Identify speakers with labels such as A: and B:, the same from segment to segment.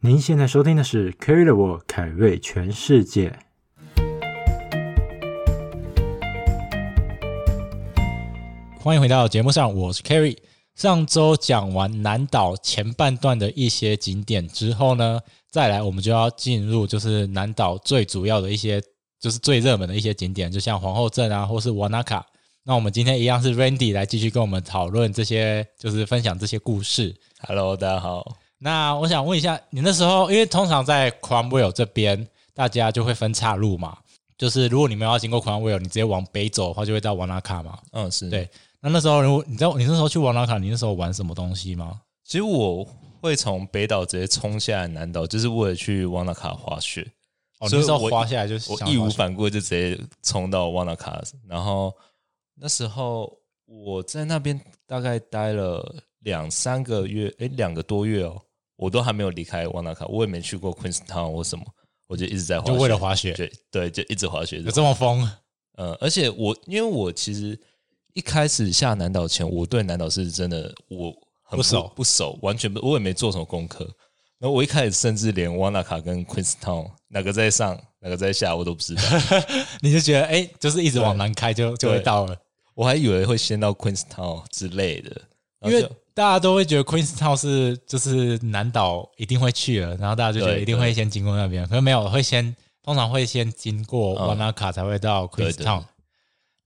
A: 您现在收听的是《Carry 了我凯瑞全世界》。
B: 欢迎回到节目上，我是 Kerry。上周讲完南岛前半段的一些景点之后呢，再来我们就要进入就是南岛最主要的一些，就是最热门的一些景点，就像皇后镇啊，或是瓦纳卡。那我们今天一样是 Randy 来继续跟我们讨论这些，就是分享这些故事。
C: Hello，大家好。
B: 那我想问一下，你那时候因为通常在 Cromwell 这边，大家就会分岔路嘛，就是如果你们要经过 Cromwell，你直接往北走的话，就会到瓦纳卡嘛。
C: 嗯，是
B: 对那那时候，如果你知道你那时候去瓦纳卡，你那时候玩什么东西吗？
C: 其实我会从北岛直接冲下来南岛，就是为了去瓦纳卡滑雪。
B: 哦，你
C: 所以
B: 那时候
C: 我
B: 滑下来就是
C: 我
B: 想
C: 义
B: 滑
C: 无
B: 雪
C: 反顾就直接冲到瓦纳卡，然后那时候我在那边大概待了两三个月，诶，两个多月哦，我都还没有离开瓦纳卡，我也没去过 Queenstown 或什么，我就一直在滑雪，
B: 就为了滑雪
C: 对对，就一直滑雪，一直
B: 有
C: 滑
B: 哎这么疯？
C: 呃，而且我因为我其实一开始下南岛前，我对南岛是真的我很
B: 不熟
C: 不熟，完全不，我也没做什么功课。然后我一开始甚至连瓦纳卡跟 Queenstown 哪个在上哪个在下我都 不知道，
B: 你就觉得哎、就是一直往
C: 对
B: 南开就就会
C: 对
B: 到了，
C: 我还以为会先到 Queenstown 之类的，
B: 因
C: 然后
B: 为
C: 就
B: 大家都会觉得 Queenstown 是就是南岛一定会去了，然后大家就觉得
C: 对
B: 一定会先经过那边，可是没有会先通常会先经过
C: 嗯
B: 瓦纳卡才会到
C: 对对
B: Queenstown，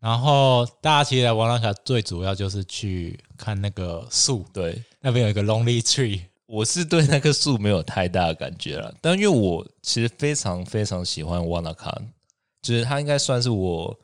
B: 然后大家其实来瓦纳卡最主要就是去看那个树，
C: 对
B: 那边有一个 Lonely Tree，
C: 我是对那棵树没有太大的感觉了，但因为我其实非常非常喜欢瓦纳卡，就是它应该算是我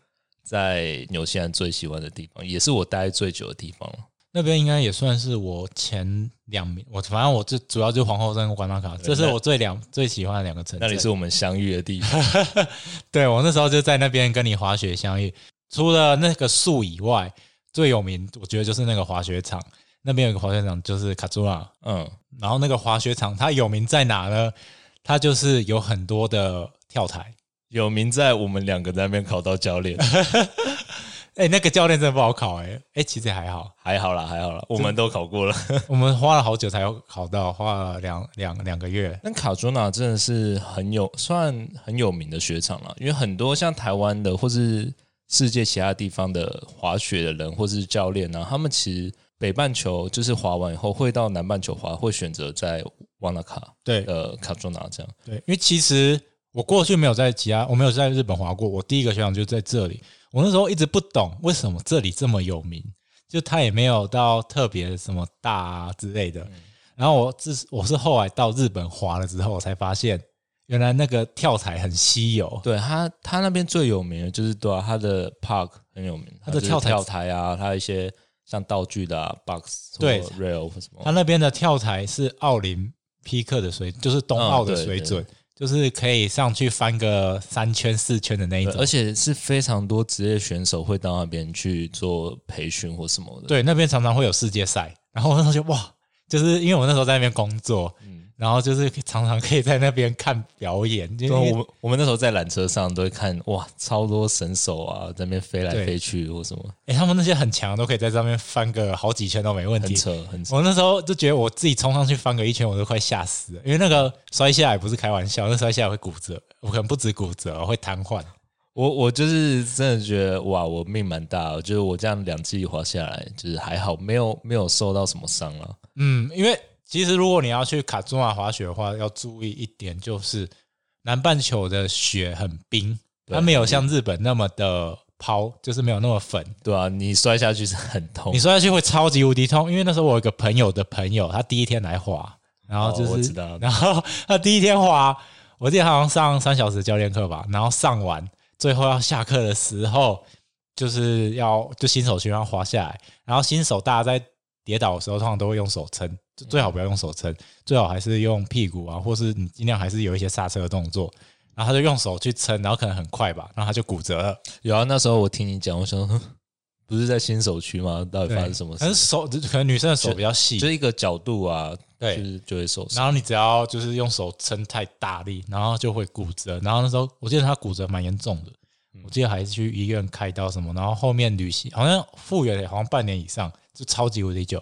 C: 在纽西兰最喜欢的地方，也是我待最久的地方了。
B: 那边应该也算是我前两名，我反正我最主要就是皇后镇跟关纳卡，这是我最两最喜欢的两个城镇。
C: 那里是我们相遇的地方。
B: 对我那时候就在那边跟你滑雪相遇。除了那个树以外，最有名我觉得就是那个滑雪场，那边有一个滑雪场就是卡朱拉，
C: 嗯，
B: 然后那个滑雪场它有名在哪呢？它就是有很多的跳台。
C: 有名在我们两个在那边考到教练，
B: 哎、那个教练真的不好考哎、诶哎、其实也还好，
C: 还好啦，还好啦，我们都考过了。
B: 我们花了好久才有考到，花了两两两个月。
C: 但卡卓纳真的是很有，算很有名的雪场了，因为很多像台湾的或是世界其他地方的滑雪的人或是教练呢、啊他们其实北半球就是滑完以后会到南半球滑，会选择在瓦纳卡
B: 对
C: 呃卡卓纳这样。
B: 对，因为其实我过去没有在其他，我没有在日本滑过。我第一个学长就在这里，我那时候一直不懂为什么这里这么有名，就他也没有到特别什么大、啊、之类
C: 嗯
B: 的。然后我自我是后来到日本滑了之后，我才发现原来那个跳台很稀有。
C: 对他，他那边最有名的就是对啊，他的 park 很有名，
B: 它的
C: 就是
B: 跳台
C: 跳台啊，他一些像道具的、啊、box
B: 对
C: 或 rail 或什么
B: 他，那边的跳台是奥林匹克的水，就是冬奥的
C: 嗯对
B: 水准，就是可以上去翻个三圈四圈的那一
C: 对
B: 种
C: 而。且是非常多职业选手会到那边去做培训或什么的。，啊
B: 对，那边常常会有世界赛，然后我那时候就哇，就是因为我那时候在那边工作，
C: 嗯
B: 然后就是常常可以在那边看表演，因
C: 对啊，
B: 为
C: 我们我们那时候在缆车上都会看，哇，超多神手啊，在那边飞来
B: 对
C: 飞去或什么，
B: 哎、他们那些很强的都可以在上面翻个好几圈都没问
C: 很
B: 题。
C: 扯很扯。
B: 我那时候就觉得我自己冲上去翻个一圈，我都快吓死了，因为那个摔下来不是开玩笑，那摔下来会骨折，我可能不止骨折，我会瘫痪。
C: 我我就是真的觉得哇，我命蛮大的，就是我这样两季滑下来，就是还好没有没有受到什么伤啊了。
B: 嗯，因为其实如果你要去卡祖玛滑雪的话，要注意一点，就是南半球的雪很冰，
C: 对
B: 它没有像日本那么的抛，就是没有那么粉。
C: 对啊，你摔下去是很痛
B: 你。摔下去会超级无敌痛，因为那时候我有一个朋友的朋友，他第一天来滑，然后就是、
C: 哦我知道
B: 然后他第一天滑，我记得他好像上三小时教练课吧，然后上完最后要下课的时候，就是要就新手区要滑下来，然后新手大家在跌倒的时候，通常都会用手撑，就最好不要用手撑，最好还是用屁股啊，或是你尽量还是有一些刹车的动作。然后他就用手去撑，然后可能很快吧，然后他就骨折了。
C: 有啊，那时候我听你讲，我想说，不是在新手区吗？到底发生什么
B: 可是
C: 事？
B: 手可能女生的手比较细，
C: 就是一个角度啊，
B: 对
C: 就是就会受
B: 然
C: 伤。
B: 后你只要就是用手撑太大力，然后就会骨折。然后那时候我记得他骨折蛮严重的，
C: 嗯
B: 我记得还是去医院开刀什么。然后后面旅行好像复原也好像
C: 嗯
B: 半年以上，就超级无敌久。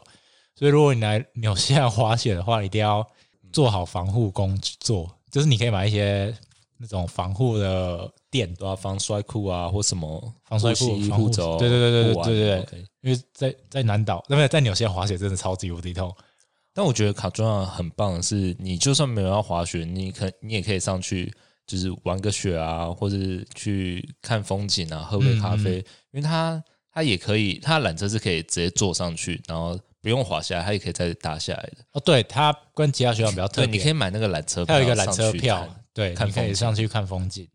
B: 所以如果你来纽西兰滑雪的话，一定要做好防护工作，就是你可以买一些那种防护的垫，
C: 对啊，防摔裤啊，或什么
B: 防摔裤
C: 护膝
B: 防护
C: 护肘，
B: 对对对对
C: 护腕
B: 对对对
C: OK
B: 因为在在南岛，那不是在纽西兰滑雪真的超级无敌痛。
C: 但我觉得卡砖啊很棒的是，你就算没有要滑雪，你可你也可以上去，就是玩个雪啊，或者是去看风景啊，喝杯咖
B: 嗯
C: 啡，因为它它也可以，它的缆车是可以直接坐上去，然后不用滑下来，它也可以再搭下来的。
B: 哦，对，它跟其他学校比较特
C: 对，
B: 别，
C: 你可以买那个缆车
B: 它
C: 票
B: 有一
C: 上去
B: 个
C: 看，
B: 缆车票，对，
C: 看
B: 你可
C: 风
B: 以
C: 景
B: 上去看风景，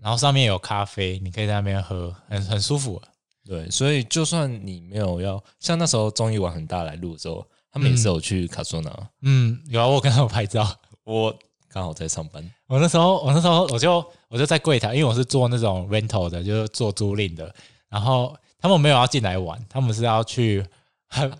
B: 然后上面有咖啡，你可以在那边喝，很很舒服、
C: 对，所以就算你没有要，像那时候综艺玩很大来录的时候，他们也是有去卡索纳，
B: 嗯，有啊，我有跟他们拍照。
C: 我刚好在上班，
B: 我那时候，我那时候我就我就在柜台，因为我是做那种 rental 的，就是做租赁的。然后他们没有要进来玩，他们是要去，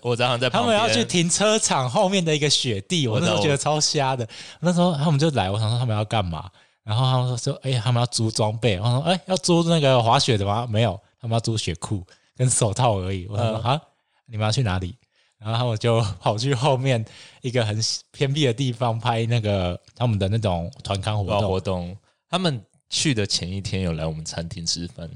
C: 我早上在
B: 他
C: 旁
B: 们
C: 边
B: 要去停车场后面的一个雪地。我
C: 我
B: 那时候
C: 懂
B: 觉得超瞎的。那时候他们就来，我想说他们要干嘛？然后他们说说，哎、他们要租装备。我想说，哎、要租那个滑雪的吗？没有，他们要租雪裤跟手套而已。我想说，
C: 嗯
B: 啊、你们要去哪里？然后他们就跑去后面一个很偏僻的地方拍那个他们的那种团康活
C: 活
B: 动
C: 啊动。活动，他们去的前一天有来我们餐厅吃饭，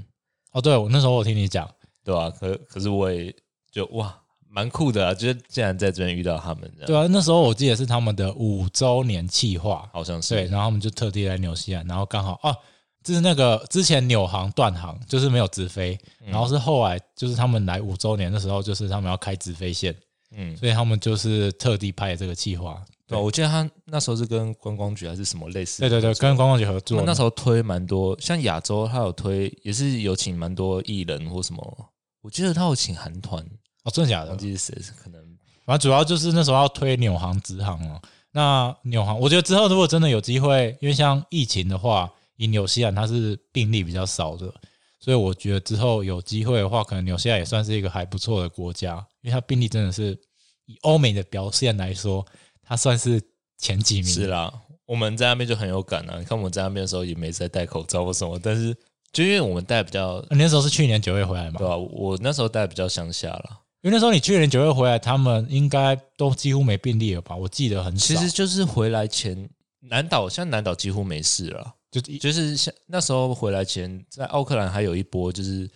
B: 哦，对，我那时候我听你讲，
C: 对吧、可可是我也就哇，蛮酷的啊，就是竟然在这边遇到他们这样，
B: 对啊，那时候我记得是他们的五周年企划，
C: 好像是
B: 对，然后他们就特地来纽西兰，然后刚好哦，就是那个之前纽航断航，就是没有直飞，
C: 嗯
B: 然后是后来就是他们来五周年的时候，就是他们要开直飞线，
C: 嗯，
B: 所以他们就是特地拍这个企划，
C: 对，啊我记得他那时候是跟观光局还是什么类似
B: 对
C: 的，
B: 对对，跟观光局合
C: 他
B: 作
C: 们，那时候推蛮多，像亚洲他有推，也是有请蛮多艺人或什么，我记得他有请韩团，
B: 哦，真的假的
C: 忘？记是谁，可能
B: 反正主要就是那时候要推纽航、直航了。那纽航，我觉得之后如果真的有机会，因为像疫情的话，以纽西兰它是病例比较少的，所以我觉得之后有机会的话，可能纽西兰也算是一个还不错的国家，因为它病例真的是以欧美的表现来说，它算是前几名。
C: 是啦，我们在那边就很有感啊。你看我们在那边的时候也没在戴口罩或什么，但是就因为我们戴比较，
B: 呃你那时候是去年九月回来嘛
C: 对？吧、啊我那时候戴比较乡下啦，
B: 因为那时候你去年九月回来，他们应该都几乎没病例了吧？我记得很少，
C: 其实就是回来前，南岛像南岛几乎没事了，
B: 就一
C: 就是像那时候回来前，在奥克兰还有一波，就是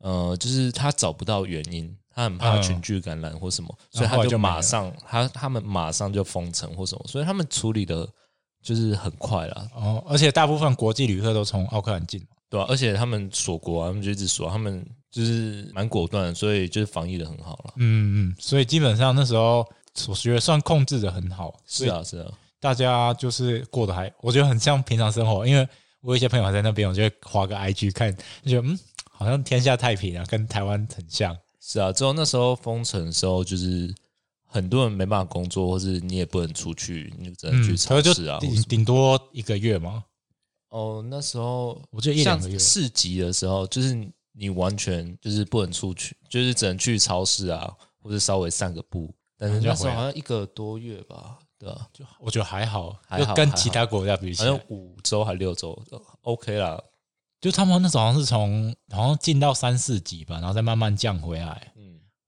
C: 呃，就是他找不到原因。他很怕
B: 嗯
C: 群聚感染或什么，
B: 然
C: 所
B: 后
C: 以
B: 后
C: 他
B: 来就
C: 就
B: 没了
C: 马上他他们马上就封城或什么，所以他们处理的就是很快啦，
B: 哦，而且大部分国际旅客都从奥克兰进。
C: 对啊，而且他们锁国啊，他们就一直锁，他们就是蛮果断的，所以就是防疫的很好了。
B: 嗯嗯，所以基本上那时候我觉得算控制的很好，
C: 是，啊，是啊，
B: 大家就是过得还，我觉得很像平常生活，因为我有一些朋友还在那边，我就会划个 IG 看，就觉得嗯，好像天下太平啊，跟台湾很像。
C: 是啊。之后那时候封城的时候，就是很多人没办法工作，或是你也不能出去，你就只能去
B: 可
C: 超
B: 嗯是就
C: 市啊。或
B: 顶
C: 什么
B: 顶多一个月嘛。
C: 哦，那时候
B: 我记得一两个月
C: 像市集的时候，就是你完全就是不能出去，就是只能去超市啊，或者稍微散个步。但是
B: 然
C: 那
B: 后就
C: 时
B: 回
C: 候
B: 来
C: 好像一个多月吧，对啊，
B: 我觉得还好，
C: 还
B: 就
C: 好
B: 跟
C: 还
B: 其
C: 好
B: 他国家比起
C: 好
B: 来
C: 像，五周还六周呃，OK 啦，
B: 就他们那时候好像是从好像进到三四级吧，然后再慢慢降回来。
C: 嗯。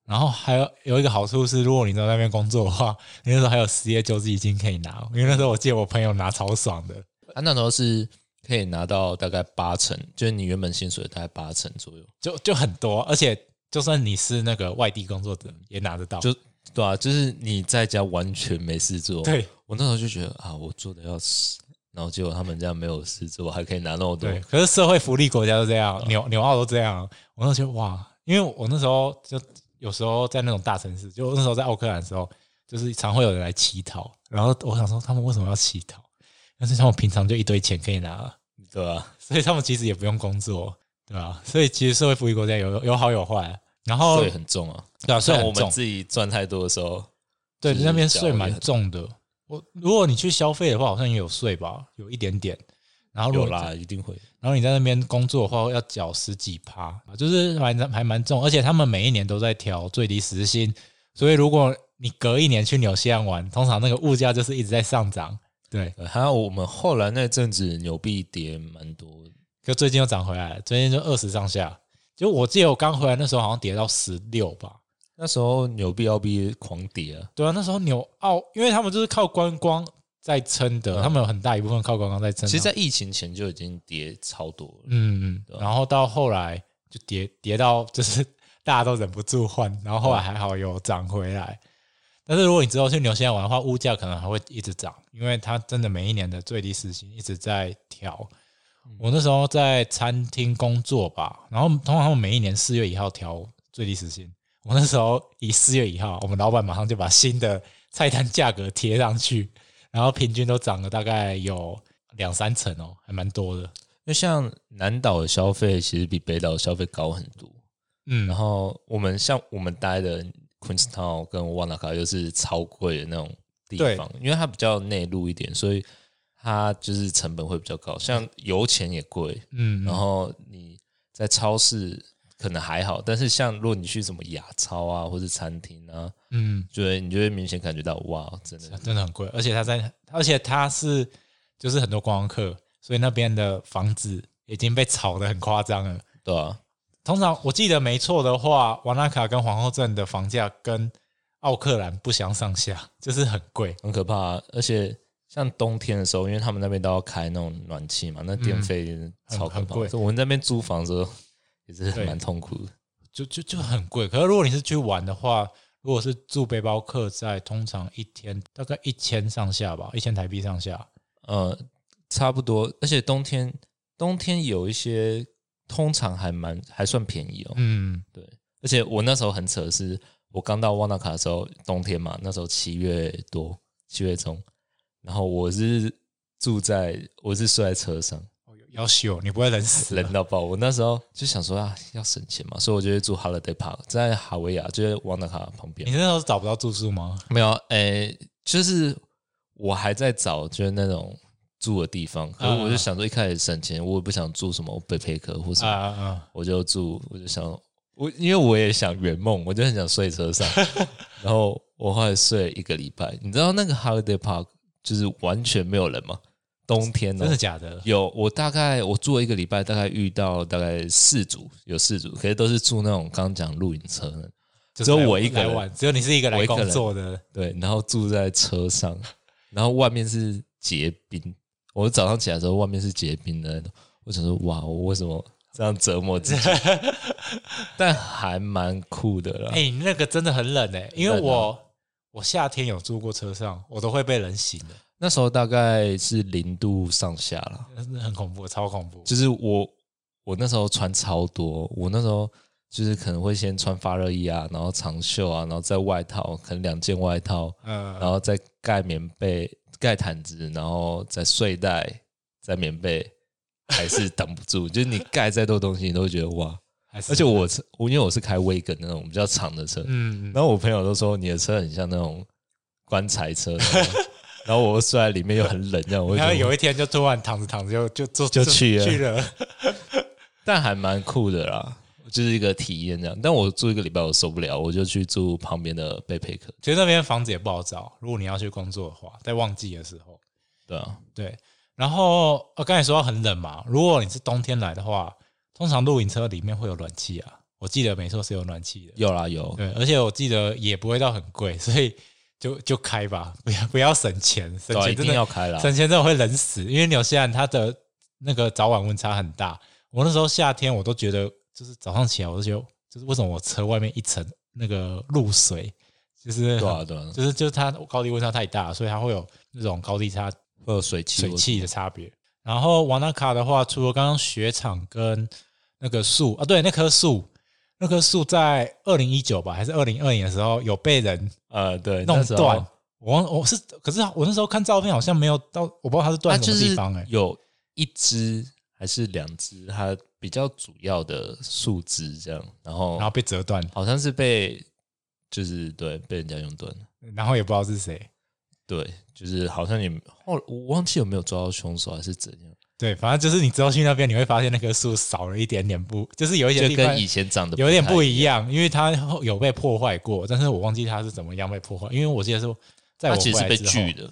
B: 然后还有有一个好处是，如果你在那边工作的话，你那时候还有失业救济金可以拿，因为那时候我记得我朋友拿超爽的，
C: 他啊那时候是可以拿到大概八成，就是你原本薪水的大概八成左右，
B: 就就很多，而且就算你是那个外地工作者也拿得到，
C: 就对啊，就是你在家完全没事做。
B: 对
C: 我那时候就觉得啊，我做的要死，然后结果他们家没有事做，还可以拿那么多
B: 对。，可是社会福利国家都这样，纽纽澳都这样，我那时候觉得哇，因为我那时候就有时候在那种大城市，就我那时候在奥克兰的时候，就是常会有人来乞讨，然后我想说他们为什么要乞讨？但是他们平常就一堆钱可以拿了。
C: 对啊，
B: 所以他们其实也不用工作，对吧、所以其实社会福利国家有有好有坏，然后
C: 税很重啊。
B: 对啊，税
C: 像
B: 很
C: 我们
B: 重，
C: 自己赚太多的时候，
B: 对
C: 就是
B: 那边
C: 缴
B: 税
C: 也
B: 蛮
C: 很
B: 重的。我如果你去消费的话，好像也有税吧，有一点点。然后如
C: 有
B: 果你
C: 啦，一定会。
B: 然后你在那边工作的话，要缴十几趴，就是还蛮还蛮重，而且他们每一年都在调最低时薪，所以如果你隔一年去纽西兰玩，通常那个物价就是一直在上涨。对，
C: 对还有我们后来那阵子纽币跌蛮多的，
B: 可最近又涨回来了，最近就二十上下。就我记得我刚回来那时候好像跌到十六吧，
C: 那时候纽币、澳币狂跌啊。
B: 对啊，那时候纽澳，因为他们就是靠观光在撑的，
C: 嗯
B: 他们有很大一部分靠观光在撑啊。
C: 其实，在疫情前就已经跌超多了。
B: 嗯，
C: 对啊
B: 然后到后来就跌跌到就是大家都忍不住换，然后后来还好有涨回来。但是如果你之后去纽西兰玩的话，物价可能还会一直涨，因为它真的每一年的最低时薪一直在调。
C: 嗯
B: 我那时候在餐厅工作吧，然后通常他们每一年四月一号调最低时薪。我那时候以四月一号，我们老板马上就把新的菜单价格贴上去，然后平均都涨了大概有两三成哦，还蛮多的。
C: 因为像南岛的消费其实比北岛的消费高很多，
B: 嗯
C: 然，后我们像我们待的 Queenstown 跟万 a 卡又是超贵的那种地方，因为它比较内陆一点，所以它就是成本会比较高，像油钱也贵，
B: 嗯，
C: 然后你在超市可能还好，但是像如果你去什么亚超啊或是餐厅啊，
B: 嗯，
C: 就会你就会明显感觉到哇，真的
B: 真的很贵，而且它在，而且它是就是很多观光客，所以那边的房子已经被炒得很夸张了。
C: 对啊，
B: 通常我记得没错的话，瓦纳卡跟皇后镇的房价跟奥克兰不相上下，就是很贵。
C: 很可怕啊、而且像冬天的时候，因为他们那边都要开那种暖气嘛，那电费超可
B: 嗯很
C: 怕。
B: 贵
C: 所以我们那边租房的时候也是
B: 对
C: 蛮痛苦的。
B: 就就就很贵。可是如果你是去玩的话，如果是住背包客在，通常一天大概一千上下吧，一千台币上下。
C: 呃，差不多，而且冬天冬天有一些通常还蛮还算便宜哦。
B: 嗯，
C: 而且我那时候很扯的是，我刚到万纳卡的时候，冬天嘛，那时候七月多七月中，然后我是住在我是睡在车上。
B: 要修，你不会冷死啊。
C: 哦冷到爆！我那时候就想说啊，要省钱嘛，所以我就会住 Holiday Park，在哈维亚，就是旺达卡旁
B: 你
C: 边。
B: 那时候是找不到住宿吗？
C: 没有，诶、就是我还在找，就是那种住的地方。可是我就想说，一开始省钱，我也不想住什么贝佩克或什
B: 啊
C: 么，
B: 啊啊！
C: 我就住，我就想，我因为我也想圆梦，我就很想睡车上。 然后我后来睡了一个礼拜，你知道那个 Holiday Park 就是完全没有人吗？冬天哦呢、
B: 真的假的？
C: 有，我大概我住了一个礼拜，大概遇到大概四组，有四组，可是都是住那种刚讲露营车的，
B: 就是
C: 只有
B: 来
C: 我一个
B: 来
C: 人
B: 玩，只有你是一个
C: 我
B: 来
C: 一个
B: 工
C: 人
B: 作的。
C: 对，然后住在车上，然后外面是结冰，我早上起来的时候外面是结冰的那种，我想说哇，我为什么这样折磨自己？但还蛮酷的啦，
B: 哎、你那个真的很冷哎、因为
C: 嗯冷啊
B: 我、我夏天有住过车上，我都会被冷醒的，
C: 那时候大概是零度上下啦。
B: 真的很恐怖，超恐怖。
C: 就是我我那时候穿超多，我那时候就是可能会先穿发热衣啊，然后长袖啊，然后再外套，可能两件外套，
B: 嗯、
C: 然后再盖棉被、盖毯子，然后再睡袋、再棉被，还是挡不住。就是你盖再多东西，你都会觉得哇！
B: 还是
C: 而且我是我因为我是开威根那种比较长的车，
B: 嗯，
C: 然后我朋友都说你的车很像那种棺材车那种，然后我 又睡在里面又很冷，这样 我就
B: 然
C: 觉
B: 后
C: 得
B: 有一天就突然躺着躺着就就就
C: 就去了
B: 去了，
C: 但还蛮酷的啦，就是一个体验这样。但我住一个礼拜我受不了，我就去住旁边的贝佩克，
B: 其实那边房子也不好找，如果你要去工作的话，在旺季的时候，
C: 对啊，
B: 对。然后呃，刚才说到很冷嘛，如果你是冬天来的话，通常露营车里面会有暖气啊，我记得没错是有暖气的。
C: 有啦有，
B: 对，而且我记得也不会到很贵，所以就就开吧，不要不要省钱，省
C: 对啊，
B: 钱
C: 一
B: 真
C: 定
B: 的
C: 要开啦。
B: 省钱真的会冷死，因为纽西兰它的那个早晚温差很大。我那时候夏天我都觉得，就是早上起来我都觉得，就是为什么我车外面一层那个露水，就是
C: 对啊对啊，
B: 就是就是它高低温差太大，所以它会有那种高低差
C: 会有水汽，
B: 水汽的差别。然后瓦纳卡的话，除了刚刚雪场跟那个树啊，对，那棵树，那棵树在二零一九吧，还是二零二年的时候有被人
C: 呃，对，
B: 弄
C: 那时候
B: 断。。我忘我是，可是我那时候看照片好像没有到，我不知道它是
C: 它
B: 断什
C: 啊就
B: 么
C: 是
B: 地方哎、
C: 有一只还是两只，它比较主要的树枝这样，然后
B: 然后被折断，
C: 好像是被就是对被人家用断了。
B: 然后也不知道是谁。
C: 对，就是好像也后我忘记有没有抓到凶手还是怎样，
B: 对，反正就是你之后去那边，你会发现那棵树少了一点点不，就是有一些
C: 就
B: 地方
C: 跟以前长得
B: 有点
C: 太
B: 不一样，因为它有被破坏过，但是我忘记它是怎么样被破坏，因为我记得是在我
C: 它其实
B: 回
C: 是
B: 来
C: 被
B: 之后
C: 锯，的，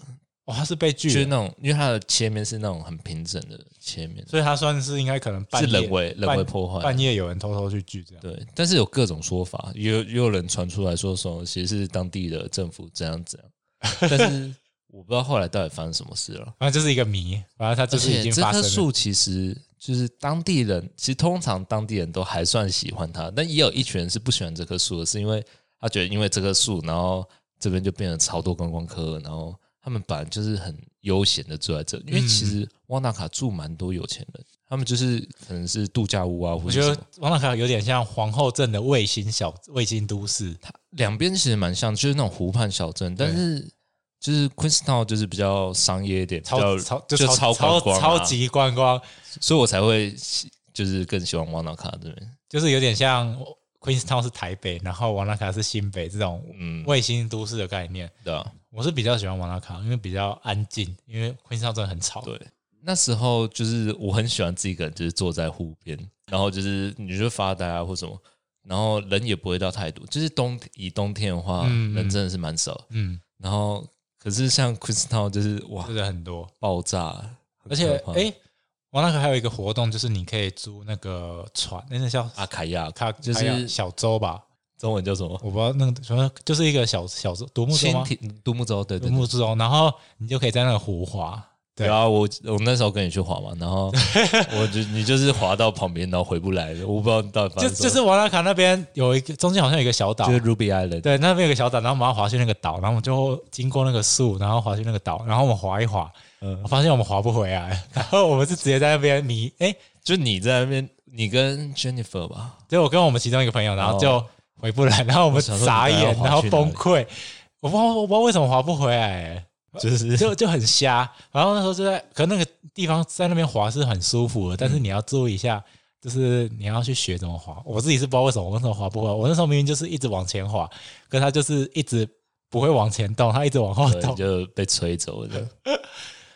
B: 哦，它是被锯
C: 就
B: 的，
C: 是那种，因为它的切面是那种很平整的切面，
B: 所以他算是应该可能半
C: 是
B: 夜
C: 人为人为破坏。
B: 半夜有人偷偷去锯这样。
C: 对，但是有各种说法，也有也有人传出来说什么，其实是当地的政府怎样怎样，但是我不知道后来到底发生什么事了。
B: 反正就是一个谜，反正它
C: 而
B: 就是已
C: 且
B: 经
C: 这
B: 发
C: 棵
B: 生了。
C: 树其实就是当地人，其实通常当地人都还算喜欢它，但也有一群人是不喜欢这棵树的，是因为他觉得因为这棵树，然后这边就变成超多观光客，然后他们本来就是很悠闲的住在这，因为
B: 嗯
C: 其实旺纳卡住蛮多有钱人，他们就是可能是度假屋啊，或
B: 我觉
C: 者什
B: 得
C: 么
B: 王大卡有点像皇后镇的卫星小卫星都市，
C: 它两边其实蛮像，就是那种湖畔小镇，但是。就是 Queenstown 就是比较商业一点，比
B: 超
C: 较
B: 超
C: 就
B: 超
C: 超观光啊
B: 超级观光，
C: 所以我才会喜就是更喜欢旺纳卡这边。
B: 就是有点像 Queenstown 是台北，然后王大卡是新北这种
C: 嗯，
B: 卫星都市的概念。
C: 对啊，
B: 我是比较喜欢王大卡，因为比较安静，因为 Queenstown 真的很吵。
C: 对。那时候就是我很喜欢自己一个人，就是坐在湖边，然后就是你就发呆啊或什么，然后人也不会到太多。就是冬以冬天的话，
B: 嗯嗯
C: 人真的是蛮少。
B: 嗯，
C: 然后可是像 Crystal 就是哇
B: 就是很多，
C: 爆炸，
B: 而且
C: 很可怕
B: 诶，王大卡还有一个活动，就是你可以租那个船，那那叫
C: 阿凯亚
B: 卡，
C: 就
B: 还有
C: 是
B: 小舟吧，
C: 中文叫什么？
B: 我不知道那个什么，就是一个小小舟独木舟
C: 蜻
B: 吗？
C: 蜓独木舟，对
B: 独
C: 对
B: 木
C: 对。
B: 舟，然后你就可以在那个湖滑。对
C: 然后我我那时候跟你去滑嘛，然后我就你就是滑到旁边，然后回不来了，我不知道到底发
B: 就
C: 生什
B: 就
C: 么
B: 是瓦拉卡那边有一个中间好像有一个小岛
C: 就，是 Ruby Island，
B: 对，那边有个小岛，然后我们要滑去那个岛，然后我们就经过那个树，然后滑去那个岛，然后我们滑一滑，
C: 嗯
B: 我发现我们滑不回来，然后我们是直接在那边迷，哎、
C: 就你在那边，你跟 Jennifer 吧，
B: 就我跟我们其中一个朋友，然后
C: 哦
B: 就回不来，然后我们
C: 我想说
B: 傻
C: 你本来
B: 眼
C: 要，滑
B: 然后
C: 去哪里
B: 崩溃，我不知道我不知道为什么滑不回来、哎
C: 就是
B: 就就很瞎。然后那时候就在，可那个地方在那边滑是很舒服的，但是你要注意一下，就是你要去学怎么滑。我自己是不知道为什么我那时候滑不会，我那时候明明就是一直往前滑，可他就是一直不会往前动，他一直往后
C: 对
B: 动。
C: 就被吹走了。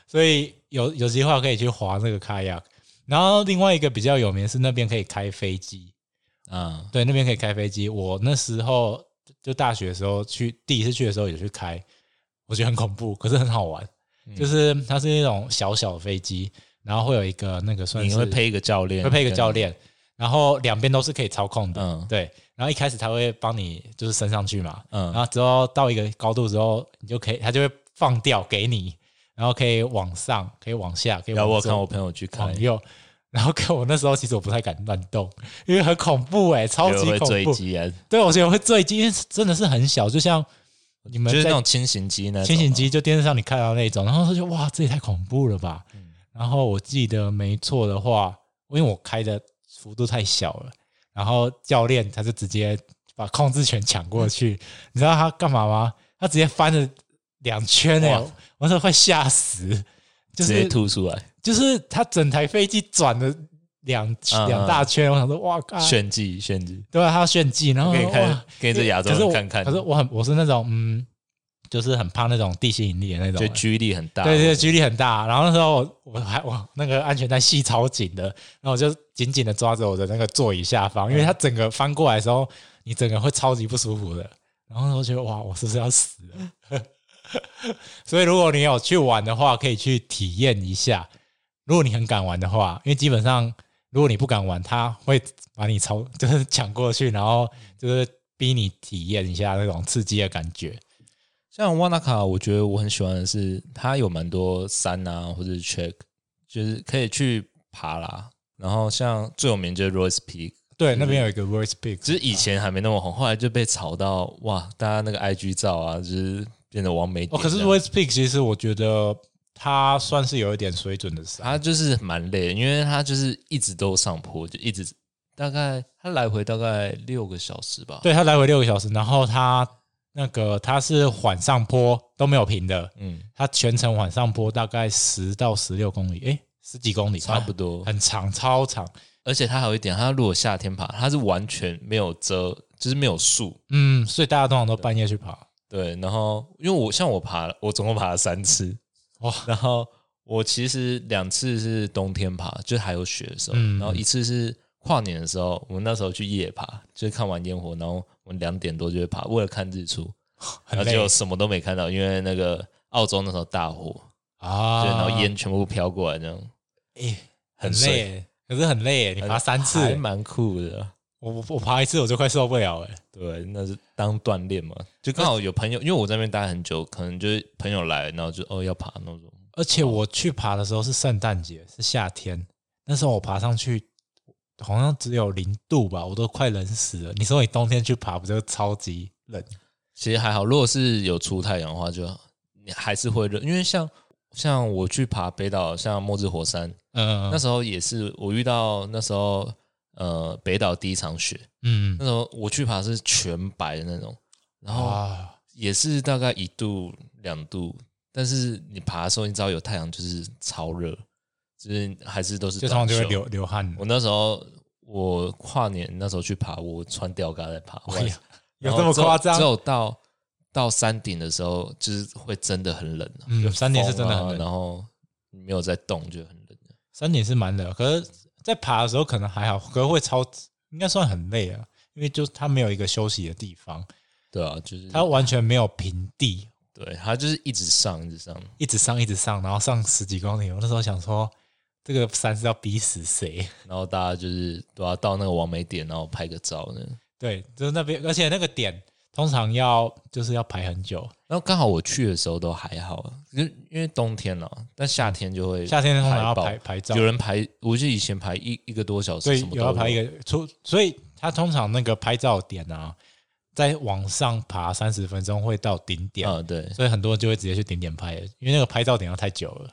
B: 所以有有机会可以去滑那个 kayak。然后另外一个比较有名是那边可以开飞机，
C: 啊，
B: 对，那边可以开飞机。我那时候就大学的时候去第一次去的时候也去开，我觉得很恐怖，可是很好玩。就是它是那种小小的飞机，然后会有一个那个算
C: 你
B: 是
C: 会配一个教练，
B: 会配一个教，练，然后两边都是可以操控的。
C: 嗯
B: 对，然后一开始他会帮你就是升上去嘛，然
C: 嗯，
B: 后之后到一个高度之后，你就可以他就会放掉给你，然后可以往上，可以往下，可以
C: 然
B: 往
C: 后我有
B: 左
C: 看我朋友去看
B: 往，右。 然后跟我那时候其实我不太敢乱动，因为很恐怖哎、超级
C: 有人会
B: 恐
C: 追
B: 怖。
C: 击啊，
B: 对，我觉得会坠机，因为真的是很小，就像你们
C: 就是
B: 在
C: 那种啊轻型机呢，
B: 清醒机就电视上你看到那种，然后他就哇，这也太恐怖了吧。
C: 嗯
B: 然后我记得没错的话，因为我开的幅度太小了，然后教练他就直接把控制权抢过去，
C: 嗯
B: 你知道他干嘛吗？他直接翻了两圈哎、
C: 哇
B: 我那时候快吓死，就
C: 直接
B: 是
C: 吐出来，
B: 就是他整台飞机转了两
C: 嗯
B: 两大圈，我想说哇靠，
C: 炫技炫技，
B: 对啊，他要炫技，然后
C: 我给你
B: 啊哇
C: 看，给你这亚洲
B: 可是
C: 人
B: 我
C: 看看
B: 可，是我很我是那种嗯，就是很怕那种地心引力的那种
C: 就
B: 人，
C: 驱力很大，
B: 对对，举力很大。然后那时候我我还我那个安全带系超紧的，然后我就紧紧的抓着我的那个座椅下方，因
C: 嗯
B: 为它整个翻过来的时候，你整个会超级不舒服的。然后我觉得哇，我是不是要死了？ 所以如果你有去玩的话，可以去体验一下。如果你很敢玩的话，因为基本上如果你不敢玩，他会把你超 就是抢过去，然后就是逼你体验一下那种刺激的感觉。
C: 像瓦纳卡，我觉得我很喜欢的是，它有蛮多山啊，或者是 check，就是可以去爬啦。然后像最有名就是 Royce Peak，
B: 对，那边有一个 Voice Pick，
C: 嗯就是以前还没那么红，后来就被炒到哇，大家那个 IG 照啊，就是变得完美点
B: 哦，
C: 这样。
B: 可是 Voice Pick 其实我觉得它算是有一点水准的山，
C: 他就是蛮累的，因为他就是一直都上坡，就一直大概他来回大概六个小时吧。，
B: 对，它来回六个小时，然后它那个它是缓上坡都没有平的，
C: 嗯，
B: 它全程缓上坡大概十到十六公里，诶，十几公里，
C: 差不多。
B: 很长，超长，
C: 而且他还有一点，他如果夏天爬，他是完全没有遮，就是没有树，
B: 嗯，所以大家通常都半夜去爬，
C: 对，然后因为我像我爬了，我总共爬了三次，
B: 哇，
C: 然后我其实两次是冬天爬，就是还有雪的时候，
B: 嗯
C: 然后一次是跨年的时候，我们那时候去夜爬，就是看完烟火，然后我们两点多就会爬，为了看日出，
B: 很
C: 然后
B: 累
C: 就什么都没看到，因为那个澳洲那时候大火，
B: 啊，哎
C: 对，然后烟全部飘过来，这样
B: 诶，很
C: 很
B: 累，可是很累，你爬三次欸
C: 还，蛮酷的。
B: 我我我爬一次我就快受不了了、
C: 对，那是当锻炼嘛，就刚好有朋友，因为我在那边待很久，可能就是朋友来，然后就哦要爬那种，
B: 而且我去爬的时候是圣诞节，是夏天，那时候我爬上去好像只有零度吧，我都快冷死了。你说你冬天去爬，不就超级冷？
C: 其实还好。如果是有出太阳的话就，你还是会热，因为像像我去爬北岛，像末日火山，
B: 嗯，
C: 那时候也是我遇到那时候呃北岛第一场雪，
B: 嗯
C: 那时候我去爬是全白的那种，然后
B: 啊，
C: 也是大概一度两度，但是你爬的时候你知道有太阳就是超热，就是还是都是啊
B: 就通常就会
C: 短袖
B: 流流汗
C: 我。那时候我跨年那时候去爬，我穿吊嘎在爬，
B: 哎呀
C: 然
B: 有
C: 后
B: 这么
C: 只有
B: 夸张
C: 只有到到山顶的时候，就是会真的很冷、啊，
B: 嗯
C: 就
B: 山顶是
C: 风
B: 真的很
C: 啊
B: 冷
C: 然后没有在动就很冷。
B: 山顶是蛮冷，可是，在爬的时候可能还好，可是会超，应该算很累啊，因为就它没有一个休息的地方，
C: 对啊，就是
B: 它完全没有平地，
C: 对它就是一直上一直上，
B: 一直上一直上，然后上十几公里。我那时候想说，这个山是要逼死谁？
C: 然后大家就是都要到那个完美点，然后拍个照呢。
B: 对，就是那边，而且那个点通常要就是要排很久，
C: 然后刚好我去的时候都还好啊，因为因为冬天了、但夏天就会
B: 嗯夏天通常要
C: 爆
B: 排排照
C: 有人排，我记得以前排一一个多小时，
B: 所以
C: 什么
B: 有
C: 都
B: 要排一个出，所以它通常那个拍照点啊，在往上爬三十分钟会到顶点，
C: 啊，对，
B: 所以很多人就会直接去顶点拍了，因为那个拍照点要太久了。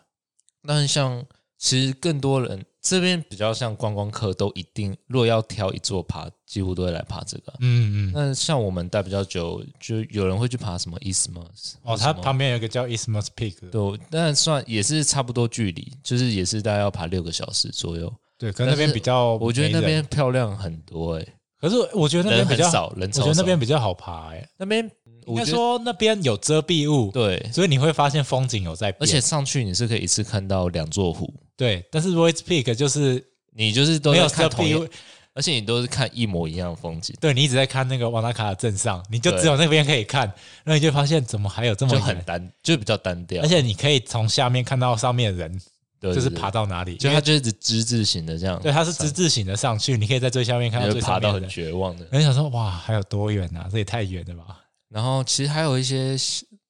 C: 但像其实更多人这边比较像观光客，都一定如果要挑一座爬，几乎都会来爬这个。啊
B: 嗯嗯，
C: 那像我们待比较久，就有人会去爬什么 Isthmus
B: 哦，
C: 或什
B: 它
C: 么
B: 旁边有一个叫 Isthmus Peak，的
C: 对，但算也是差不多距离，就是也是大概要爬六个小时左右。
B: 对，可能那边比较，
C: 我觉得那边，漂亮很多欸诶、
B: 可是我觉得那
C: 人
B: 边比较
C: 很少，人
B: 我
C: 超
B: 觉得
C: 少。
B: 那边比较好爬，哎，
C: 那边，
B: 应
C: 我
B: 该
C: 觉得
B: 说那边有遮蔽物，
C: 对，
B: 所以你会发现风景有在变，
C: 而且上去你是可以一次看到两座湖，
B: 对，但是 Royce Peak 就是
C: 你就是都
B: 没有
C: 在
B: 遮
C: 看同
B: 蔽
C: 样，
B: 物，
C: 而且你都是看一模一样的风景。
B: 对你一直在看那个瓦纳卡的镇上，你就只有那边可以看，然后你就发现怎么还有这么
C: 就
B: 远
C: 很，单，就比较单调，
B: 而且你可以从下面看到上面的人，
C: 对
B: 就是
C: 对对
B: 爬到哪里，
C: 就
B: 因
C: 它
B: 为
C: 就是之字形的这样，
B: 对它是之字形的上去，你可以在最下面看到
C: 你
B: 最
C: 会
B: 上
C: 爬
B: 面的
C: 到
B: 人
C: 很绝望的。
B: 人想说哇，还有多远啊？这也太远了吧？
C: 然后其实还有一些，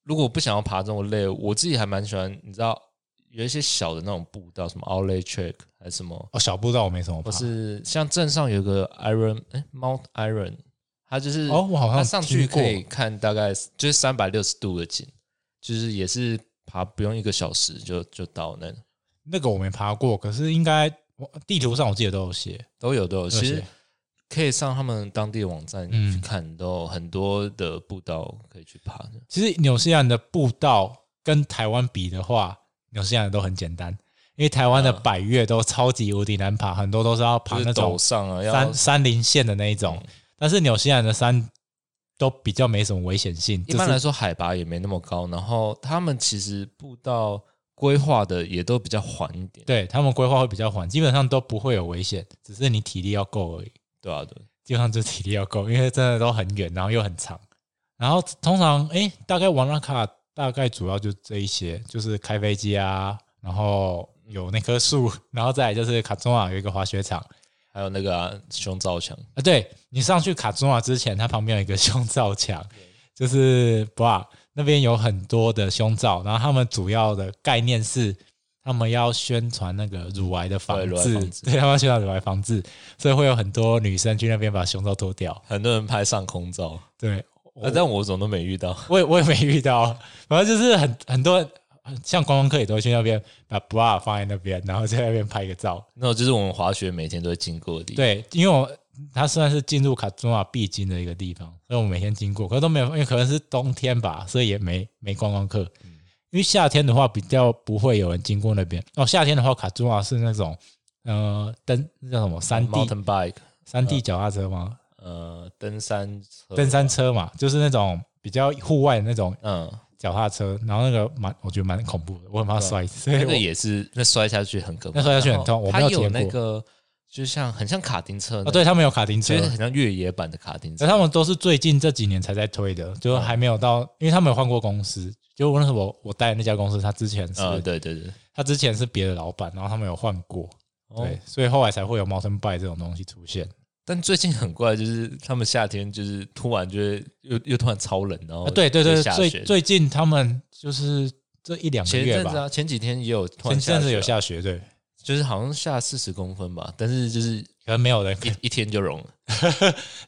C: 如果不想要爬这么累，我自己还蛮喜欢，你知道有一些小的那种步道，什么 Outlet Track 还是什么，
B: 哦，小步道我没什么
C: 或
B: 爬。
C: 是像镇上有个 Iron 哎 Mount Iron，它就是
B: 哦，我好像
C: 它上
B: 听
C: 去
B: 过
C: 可以看大概就是三百六十度的景，就是也是爬不用一个小时就就到那种
B: 那个我没爬过，可是应该我地图上我记得都有写。
C: 都有都
B: 都
C: 有，
B: 有
C: 其实
B: 写
C: 可以上他们当地的网站
B: 嗯
C: 去看，都有很多的步道可以去爬的。
B: 其实纽西兰的步道跟台湾比的话，纽西兰的都很简单，因为台湾的
C: 嗯
B: 百越都超级无敌难爬，很多都是要爬
C: 就是
B: 那
C: 走
B: 种
C: 上啊，要
B: 山山林线的那一种。
C: 嗯
B: 但是纽西兰的山都比较没什么危险性，
C: 一般
B: 就
C: 来
B: 是
C: 说海拔也没那么高，然后他们其实步道规划的也都比较缓一点，
B: 对他们规划会比较缓，基本上都不会有危险，只是你体力要够而已。
C: 对啊，对，
B: 基本上就体力要够，因为真的都很远，然后又很长。然后通常诶，大概瓦拉卡大概主要就这一些，就是开飞机啊，然后有那棵树，然后再来就是卡中瓦有一个滑雪场
C: 还有那个啊胸罩墙，
B: 啊。对你上去卡中瓦之前，它旁边有一个 胸罩墙，就是 bra 那边有很多的胸罩，然后他们主要的概念是。他们要宣传那个乳癌的防
C: 对乳癌
B: 治
C: 防，治
B: 对，他们要宣传乳癌防治，所以会有很多女生去那边把胸罩脱掉。
C: 很多人拍上空照，
B: 对，
C: 啊但我怎么都没遇到。
B: 我也我也没遇到，反正就是很很多人像观光客也都会去那边把 bra 放在那边，然后在那边拍个照。
C: 那就是我们滑雪每天都会经过的地方，
B: 对，因为我它算是进入卡中瓦必经的一个地方，所以我每天经过，可是都没有，因为可能是冬天吧，所以也没没观光客。
C: 嗯
B: 因为夏天的话，比较不会有人经过那边。哦，夏天的话，卡中瓦是那种呃登那叫什么山地
C: ，mountain 嗯 bike，
B: 山地脚踏车吗？
C: 呃，登山车，
B: 登山车嘛，就是那种比较户外的那种
C: 嗯，
B: 脚踏车，然后那个蛮，我觉得蛮恐怖的，我很怕摔死。所以
C: 啊 那
B: 我
C: 个也是，那摔下去很可怕，
B: 那摔下去很痛
C: 然后
B: 我没
C: 它
B: 有体
C: 有
B: 验过
C: 那个，就像很像卡丁车
B: 哦，对，他们有卡丁车
C: 其，实很像越野版的卡丁车
B: 那。他们都是最近这几年才在推的，
C: 嗯
B: 就还没有到，因为他们有换过公司。就我那时候我我带的那家公司，他之前是、
C: 呃，对对对，
B: 他之前是别的老板，然后他们有换过，
C: 哦
B: 对，所以后来才会有 mountain bike 这种东西出现。
C: 但最近很怪，就是他们夏天就是突然就会又又突然超冷，然后
B: 啊对对对，
C: 就哦下
B: 最
C: 雪
B: 最近他们就是这一两个
C: 前一
B: 月
C: 阵子
B: 吧，
C: 啊，前几天也有突
B: 前
C: 然
B: 阵子
C: 雪
B: 有
C: 啊，
B: 下雪，对，
C: 就是好像下四十公分吧，但是就是
B: 可能没有人，
C: 一一天就融了。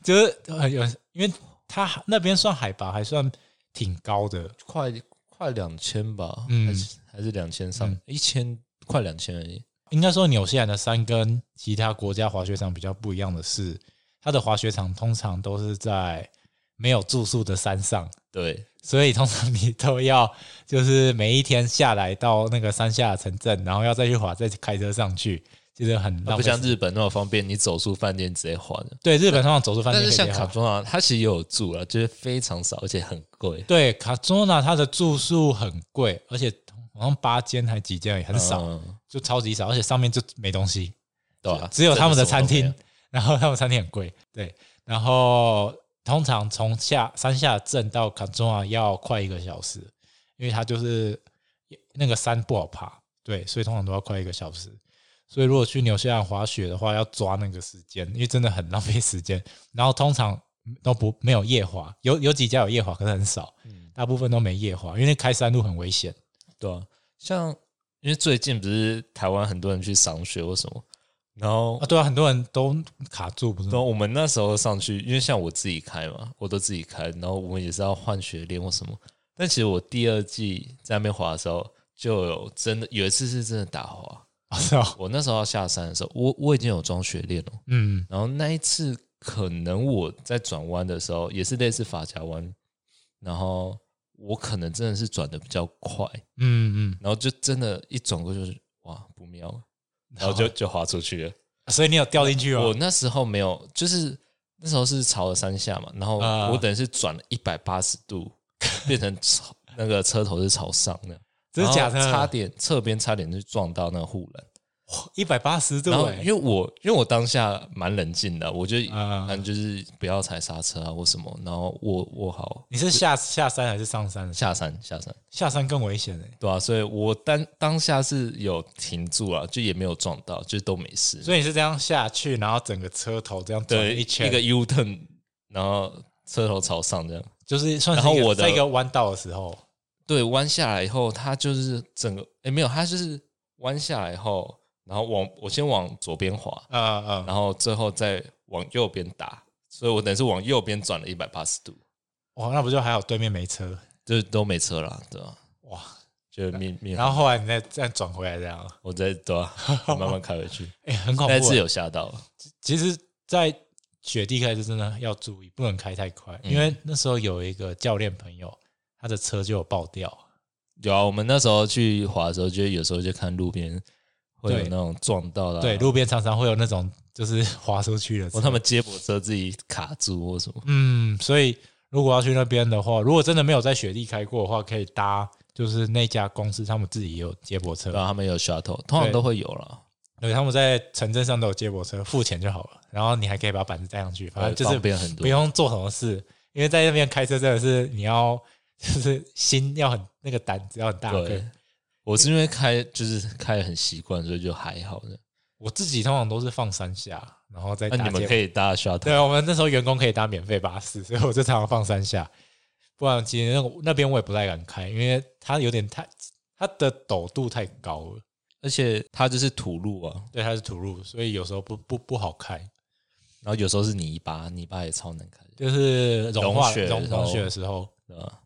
B: 就是呃有，因为它那边算海拔还算挺高的，
C: 快快两千吧，
B: 嗯
C: 还是还是两千上
B: 嗯
C: 一千，快两千而已。
B: 应该说纽西兰的山跟其他国家滑雪场比较不一样的是，它的滑雪场通常都是在没有住宿的山上，
C: 对，
B: 所以通常你都要就是每一天下来到那个山下的城镇，然后要再去滑，再开车上去，其实很
C: 它
B: 浪
C: 啊不
B: 费
C: 像
B: 时间。
C: 日本那么方便，你走出饭店直接滑的。
B: 对日本通常走出饭
C: 但
B: 店可
C: 是
B: 以
C: 像
B: 直接
C: 卡
B: 滑，
C: 中啊，它其实也有住了，就是非常少，而且很贵，
B: 对卡中纳它的住宿很贵，而且好像八间还几间而已，很少，
C: 嗯
B: 就超级少，而且上面就没东西。
C: 对啊吧？
B: 只有他们的餐厅
C: 真什么都没有，
B: 然后他们餐厅很贵，对，然后通常从下山下镇到卡中啊要快一个小时，因为它就是那个山不好爬，对，所以通常都要快一个小时。所以如果去纽西兰滑雪的话，要抓那个时间，因为真的很浪费时间。 然后通常都不没有夜滑，有有几家有夜滑，可是很少，
C: 嗯
B: 大部分都没夜滑，因为开山路很危险。
C: 对啊，像因为最近不是台湾很多人去赏雪或什么，然后
B: 啊，对啊，很多人都卡住，不是吗
C: 然？后我们那时候上去，因为像我自己开嘛，我都自己开，然后我们也是要换雪链或什么。但其实我第二季在那边滑的时候，就有真的有一次是真的打滑。
B: 啊， 是哦，
C: 我那时候要下山的时候，我我已经有装雪链了。
B: 嗯，
C: 然后那一次可能我在转弯的时候，也是类似法夹弯，然后我可能真的是转的比较快，
B: 嗯
C: 然后就真的，一转过去就是哇不妙了，然后就啊就滑出去了。
B: 嗯，所以你有掉进去哦
C: 我。那时候没有，就是那时候是朝着山下嘛，然后
B: 啊
C: 我等于是转了一百八十度，变成朝那个车头是朝上的，
B: 真的假的
C: 然后差点侧边差点就撞到那个护栏。
B: 一百八十度
C: 然后
B: 哎、
C: 因为我因为我当下蛮冷静的，我就
B: 啊
C: 反正就是不要踩刹车啊或什么，然后握握好
B: 你是下下山还是上山？下
C: 下山下山，
B: 下山更危险哎、
C: 对啊，所以我当当下是有停住啊，就也没有撞到，就都没事。
B: 所以你是这样下去，然后整个车头这样转
C: 对
B: 一圈，
C: 一个 U turn，然后车头朝上这样。
B: 就是算是
C: 然后
B: 一个
C: 我的
B: 在一个弯道的时候，
C: 对，弯下来以后，它就是整个，哎，没有，它就是弯下来以后，然后往我先往左边滑，
B: 嗯嗯，
C: 然后最后再往右边打，所以我等于是往右边转了一百八十度，
B: 哇，那不就还好对面没车
C: 就是都没车了，对吧、
B: 哇？
C: 就命命，
B: 然后后来你再再转回来这样，
C: 我再 对吧、我慢慢开回去，
B: 哎、很恐怖、
C: 但
B: 欸。
C: 是有吓到，
B: 其实，在雪地开车真的要注意，不能开太快，
C: 嗯
B: 因为那时候有一个教练朋友，他的车就有爆掉，
C: 有啊，我们那时候去滑的时候，就有时候就看路边会有
B: 对
C: 那种撞到的、
B: 对，，路边常常会有那种就是滑出去的车
C: 或他们接驳车自己卡住或什么，
B: 嗯，所以如果要去那边的话，如果真的没有在雪地开过的话，可以搭就是那家公司他们自己也有接驳车，
C: 对啊，他们有 shuttle，通常
B: 对
C: 都会有了。
B: 对，他们在城镇上都有接驳车，付钱就好了，然后你还可以把板子带上去，反正啊就
C: 方便
B: 是
C: 很多
B: 不用做什么事，因为在那边开车真的是你要就是心要很那个胆子要很大
C: 对
B: 个。
C: 我是因为开就是开得很习惯，所以就还好的。
B: 我自己通常都是放山下，然后再
C: 那
B: 搭
C: 你
B: 接
C: 们
B: 驳
C: 可以搭 shuttle，
B: 对，啊我们那时候员工可以搭免费巴士，所 以我就常常放山下。不然其实那个那边我也不太敢开，因为它有点太它的陡度太高了，
C: 而且它就是土路啊，
B: 对，它是土路，所以有时候不不不好开，
C: 然后有时候是泥巴，泥巴也超难开的，
B: 就是融化
C: 融雪的
B: 融
C: 时候
B: 融雪的时候。
C: 对吧？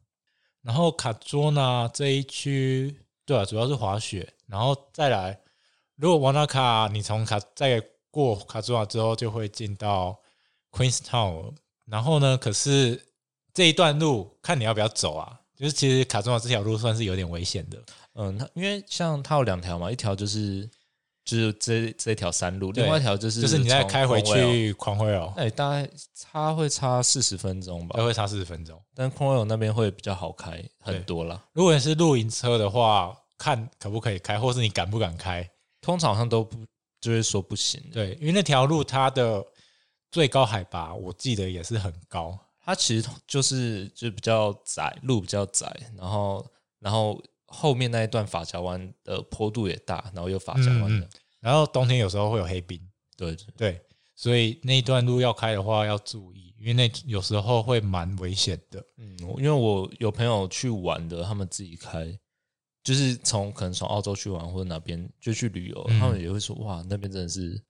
B: 然后卡卓纳这一区，对啊，主要是滑雪，然后再来，如果瓦纳卡你从卡再过卡卓纳之后，就会进到 Queenstown 了。然后呢，可是这一段路看你要不要走啊，就是其实卡卓纳这条路算是有点危险的，
C: 嗯，它因为像它有两条嘛，一条就是就是这这条山路，
B: 对
C: 另外一条就是
B: 就是你再
C: 从
B: 开回
C: Cornwall，
B: 去狂灰哦，
C: 那你哎大概差会差四十分钟
B: 都
C: 吧，
B: 会差四十分钟。
C: 但 Cornwall 那边会比较好开很多啦。
B: 如果你是露营车的话，看可不可以开，或是你敢不敢开。
C: 通常好像都不就会说不行的，
B: 对，因为那条路它的最高海拔，我记得也是很高，
C: 它其实就是就比较窄，路比较窄，然后然后后面那一段法夹弯
B: 嗯
C: 的坡度也大，然后又法夹弯的，
B: 然后冬天有时候会有黑冰，
C: 对对
B: 对，所以那一段路要开的话要注意，因为那有时候会蛮危险的。
C: 嗯，我因为我有朋友去玩的，他们自己开，就是从可能从澳洲去玩或者哪边就去旅游，
B: 嗯
C: 他们也会说哇，那边真的是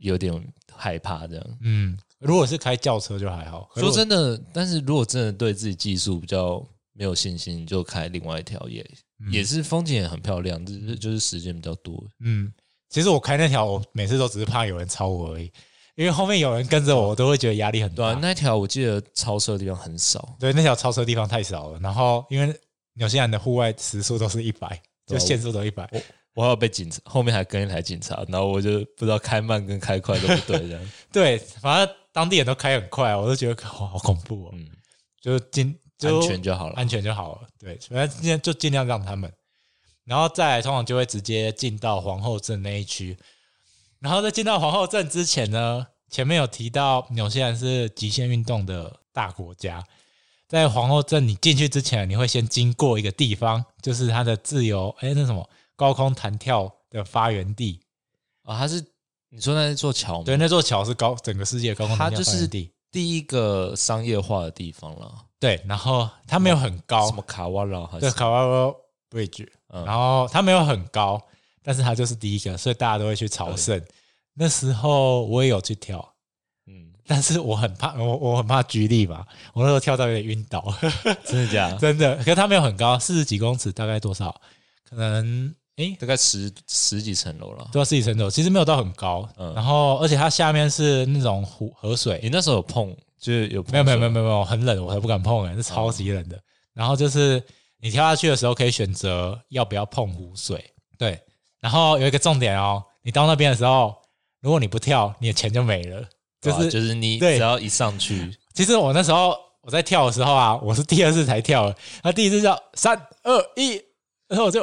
C: 有点害怕这样。
B: 嗯，如果是开轿车就还好，
C: 说
B: 的。
C: 真的，但是如果真的对自己技术比较没有信心，你就开另外一条也、也是风景也很漂亮，只是就是时间比较多。
B: 嗯，其实我开那条，我每次都只是怕有人超我而已，因为后面有人跟着我，我都会觉得压力很
C: 对
B: 大。
C: 啊，那一条我记得超车的地方很少，
B: 对，那条超车地方太少了。然后因为纽西兰的户外时速都是一百，就
C: 对啊
B: 限速都一百，
C: 我还有被警察后面还跟一台警察，然后我就不知道开慢跟开快都不对这样。
B: 对，反正当地人都开很快，我都觉得哇，好恐怖哦。
C: 嗯，
B: 就尽就
C: 安全就好了。
B: 安全就好了。对，反正尽量就尽量让他们，然后再来通常就会直接进到皇后镇那一区。然后在进到皇后镇之前呢，前面有提到纽西兰是极限运动的大国家，在皇后镇你进去之前，你会先经过一个地方，就是它的自由哎那什么高空弹跳的发源地。
C: 啊，它是你说那是座桥吗？
B: 对，，那座桥是高整个世界高空
C: 它
B: 弹跳
C: 就
B: 发源
C: 是
B: 地。
C: 第一个商业化的地方了，
B: 对，然后它没有很高
C: 什，么卡瓦拉还
B: 对
C: 是？
B: 卡瓦罗 Bridge，、
C: 嗯
B: 然后它没有很高，但是它就是第一个，所以大家都会去朝圣。那时候我也有去跳，
C: 嗯，
B: 但是我很怕，我我很怕举力嘛，我那时候跳到有点晕倒，
C: 真的假的？
B: 真的。可是它没有很高，四十几公尺，大概多少？可能诶，
C: 大概十十几层楼了。
B: 都要四十层楼，其实没有到很高。
C: 嗯
B: 然后而且它下面是那种湖河水，
C: 你那时候有碰，就是有
B: 没有没有没有
C: 有，
B: 没有没有，很冷，我才不敢碰哎、是
C: 哦
B: 超级冷的。然后就是你跳下去的时候，可以选择要不要碰湖水。对，然后有一个重点哦，你到那边的时候，如果你不跳，你的钱就没了。就
C: 对啊
B: 是、
C: 就是你
B: 对
C: 只要一上去，
B: 其实我那时候我在跳的时候啊，我是第二次才跳的，那第一次叫三二一，然后我就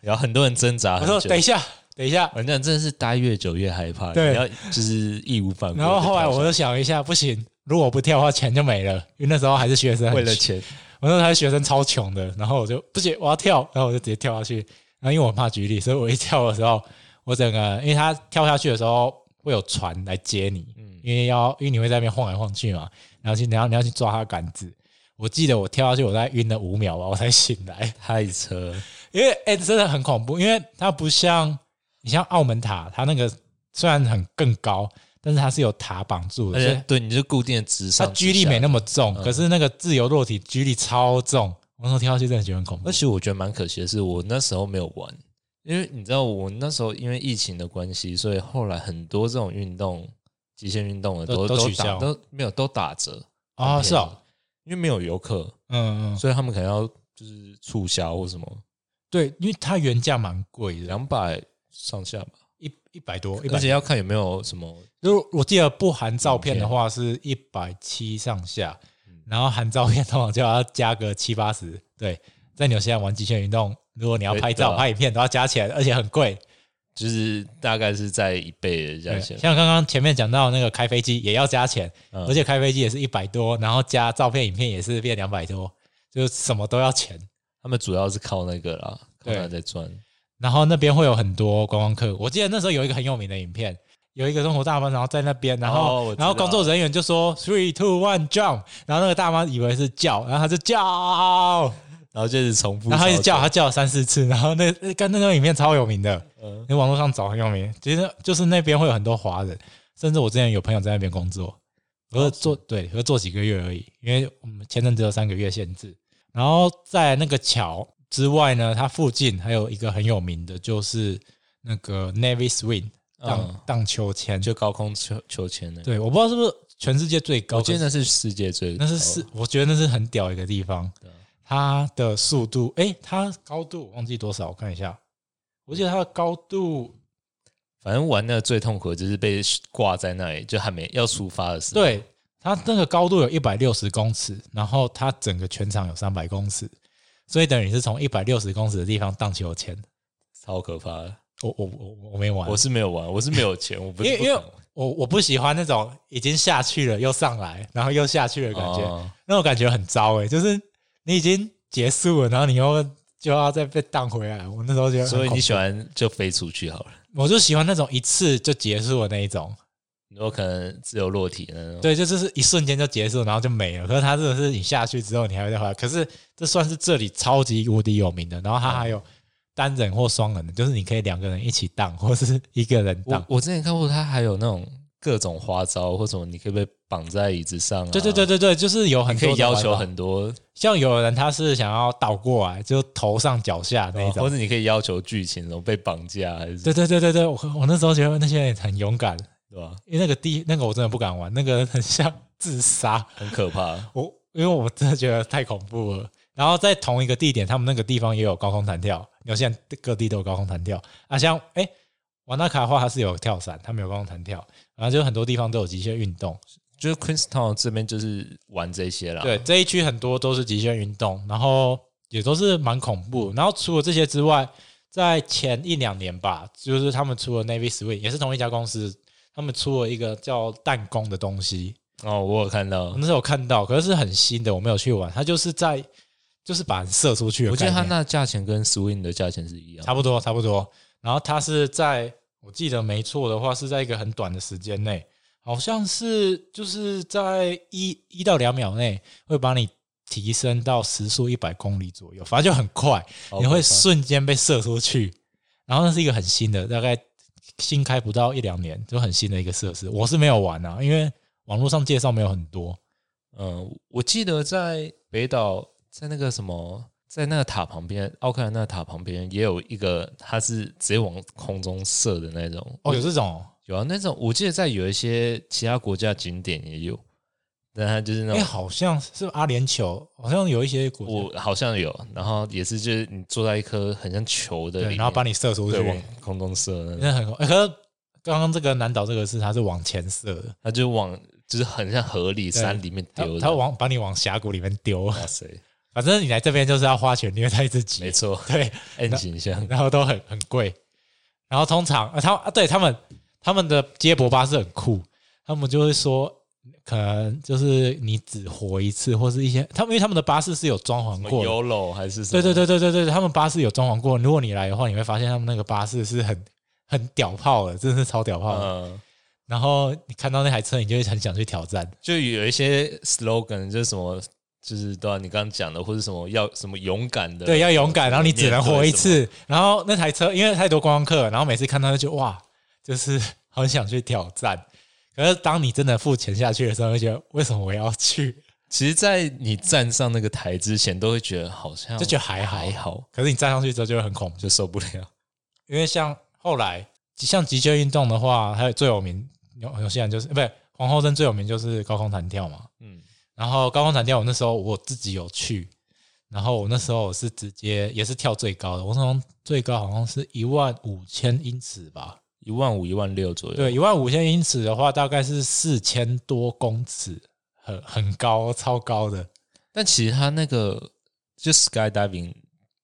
C: 然后很多人挣扎
B: 我
C: 很
B: 说
C: 久
B: 等一。下，等一下。
C: 人家真的是待越久越害怕，
B: 对
C: 你要就是义无反顾地
B: 然后
C: 跳下去。
B: 后来我就想一下，不行，如果我不跳的话，钱就没了，因为那时候还是学生，
C: 为了钱，
B: 我那时候还是学生超穷的，然后我就不行，我要跳，然后我就直接跳下去。然后因为我很怕举例，所以我一跳的时候，我整个因为他跳下去的时候会有船来接你，
C: 嗯
B: 因为要因为你会在那边晃来晃去嘛，然后去你要你要去抓他的杆子。我记得我跳下去，我大概晕了五秒吧，我才醒来，
C: 太扯了。
B: 因为哎、真的很恐怖，因为它不像你像澳门塔，它那个虽然很更高，但是它是有塔绑住的，
C: 而
B: 所
C: 且
B: 以
C: 对，你就固定的直
B: 它
C: 上，
B: 居力没那。么重，
C: 嗯
B: 可是那个自由落体居力超重。我那时候跳下去真的觉得很恐怖
C: 而。且我觉得蛮可惜的是，我那时候没有玩，因为你知道，我那时候因为疫情的关系，所以后来很多这种运动、极限运动的
B: 都
C: 都
B: 都
C: 都
B: 取消
C: 打都没有都打折
B: 哦，
C: 很便宜
B: 是哦，
C: 因为没有游客，
B: 嗯嗯，
C: 所以他们可能要就是促销或什么
B: 对，因为它原价蛮贵的，
C: 两百上下吧，
B: 一一百多，一百
C: 而。且要看有没有什么
B: 如果我记得不含照片的话是一百七上下，
C: 嗯
B: 然后含照片通常就要加个七八十。对，在纽西兰玩极限运动，如果你要
C: 对
B: 拍
C: 对
B: 照、
C: 啊
B: 拍影片都要加钱，而且很贵。
C: 就是大概是在一倍的价
B: 对，
C: 钱。
B: 像刚刚前面讲到那个开飞机也要加钱，
C: 嗯
B: 而且开飞机也是一百多，然后加照片、影片也是变两百多，就什么都要钱。
C: 他们主要是靠那个啦，靠
B: 对
C: 那在赚。
B: 然后那边会有很多观光客。我记得那时候有一个很有名的影片，有一个中国大妈，然后在那边，然
C: 哦
B: 后、
C: 我知道
B: 然后工作人员就说 three two one jump，然后那个大妈以为是叫，然后她就叫，
C: 然后就是重复，
B: 然后她一直叫，她叫了三四次，然后那跟那段影片超有名的，
C: 嗯
B: 你网络上找很有名。其实就是那边会有很多华人，甚至我之前有朋友在那边工作，
C: 哦
B: 我做对，我做几个月而已，因为我们签证只有三个月限制。然后在那个桥之外呢，它附近还有一个很有名的，就是那个 Navy Swing
C: 嗯
B: 荡荡秋千。
C: 就高空秋秋千那个。
B: 对，我不知道是不是全世界最高，
C: 我记得
B: 可
C: 那是世界最
B: 是那是
C: 哦
B: 是，我觉得那是很屌一个地方。
C: 啊
B: 它的速度，诶，它高度我忘记多少，我看一下，我记得它的高度
C: 反正玩那个最痛苦的就是被挂在那里，就还没要出发的时候。，
B: 对，它那个高度有一百六十公尺，然后它整个全长有三百公尺，所以等于是从一百六十公尺的地方荡秋千。
C: 超可怕的。
B: 我我我我没玩，
C: 我
B: 我
C: 是没有玩，我是没有钱，我不
B: 因
C: 是
B: 为
C: 不
B: 因为
C: 可能
B: 我我不喜欢那种已经下去了又上来，然后又下去的感觉，
C: 哦
B: 那种感觉很糟诶、就是你已经结束了，然后你又就要再被荡回来。我那时候觉得很恐怖，
C: 所以你喜欢就飞出去好了。
B: 我就喜欢那种一次就结束的那一种。
C: 你说可能自由落体的那种，
B: 对，就就是一瞬间就结束，然后就没了。可是它真的是你下去之后，你还会再回来。可是这算是这里超级无敌有名的。然后它还有单人或双人的，就是你可以两个人一起荡，或是一个人荡
C: 我。我之前看过他还有那种各种花招或什么，你可以被绑在椅子上、啊，
B: 对对对，对对，就是有很
C: 你可
B: 多
C: 以
B: 的
C: 要
B: 玩
C: 求
B: 法
C: 很多，
B: 像有人他是想要倒过来，就头上脚下那一种
C: 哦或。者你可以要求剧情，然后被绑架还是
B: 对对对对对，我我那时候觉得那些人很勇敢，
C: 对吧？
B: 因为那个地那个我真的不敢玩，那个很像自杀。
C: 很可怕
B: 我因为我真的觉得太恐怖了。然后在同一个地点，他们那个地方也有高空弹跳，纽西兰各地都有高空弹跳啊。像哎，瓦纳卡的话，它是有跳伞，他们有高空弹跳，然后就很多地方都有极限运动。
C: 就是 Queenstown 这边就是玩这些啦，
B: 对，，这一区很多都是极限运动，然后也都是蛮恐怖。然后除了这些之外，在前一两年吧，就是他们出了 Navy Swing，也是同一家公司，他们出了一个叫弹弓的东西，
C: 哦，我有看到
B: 我，那时候有看到，可是是很新的，我没有去玩。它就是在就是把人射出去的
C: 我记
B: 概
C: 得
B: 念，
C: 他那价钱跟 Swing 的价钱是一样，
B: 差不多差不多。然后它是在我记得没错的话，是在一个很短的时间内，好像是就是在一一到两秒内会把你提升到时速一百公里左右，反正就很快，
C: 好
B: 你
C: 可
B: 会
C: 怕
B: 瞬间被射出去。然后那是一个很新的，大概新开不到一两年就很新的一个设施，我是没有玩啊，因为网络上介绍没有很多。
C: 嗯，我记得在北岛，在那个什么，在那个塔旁边，奥克兰那个塔旁边也有一个，它是直接往空中射的那种。
B: 哦，有这种哦，
C: 有啊，那种我记得在有一些其他国家景点也有，但它就是那
B: 哎、
C: 种、
B: 好像是阿联酋，好像有一些国家
C: 我好像有，然后也是就是你坐在一颗很像球的里
B: 对，
C: 面，
B: 然后把你射出去
C: 对，往空中射的那种，
B: 那很恐、欸可是刚刚这个南岛这个是它是往前射的，
C: 它就往就是很像河里山里面
B: 它
C: 丢的，
B: 它往把你往峡谷里面丢，
C: 哇塞，
B: 反正你来这边就是要花钱虐待自己，
C: 没错
B: 对，
C: ，N 形象，
B: 然后都很很贵，然后通常啊，他啊，对他们他们的接驳巴士很酷，他们就会说。可能就是你只活一次，或是一些他们因为他们的巴士是有装潢
C: 什么
B: 过的
C: Yolo 还是什
B: 对
C: 么？
B: 对对对对对，他们巴士有装潢过。如果你来的话，你会发现他们那个巴士是很很屌炮的，真的是超屌炮的。
C: 嗯。
B: 然后你看到那台车，你就会很想去挑战。
C: 就有一些 slogan，就是什么，就是对啊，你刚刚讲的，或者什么要什么勇敢的，
B: 对，要勇敢，然后你只能活一
C: 面
B: 次。然后那台车因为太多观光客，然后每次看到就觉得哇，就是很想去挑战。可是当你真的付钱下去的时候，就觉得为什么我要去？
C: 对什么。其实，在你站上那个台之前，都会觉得好像
B: 就觉得还好
C: 还好，
B: 可是你站上去之后就会很恐怖，
C: 就受不了。
B: 因为像后来像极限运动的话，还有最有名有有些人就是不是皇后镇最有名就是高空弹跳嘛。
C: 嗯，
B: 然后高空弹跳，我那时候我自己有去，然后我那时候我是直接也是跳最高的，我从最高好像是一万五千英尺吧，
C: 一万五、一万六左右。，
B: 对，一万五千英尺的话大概是四千多公尺，很很高，超高的。
C: 但其实它那个就 skydiving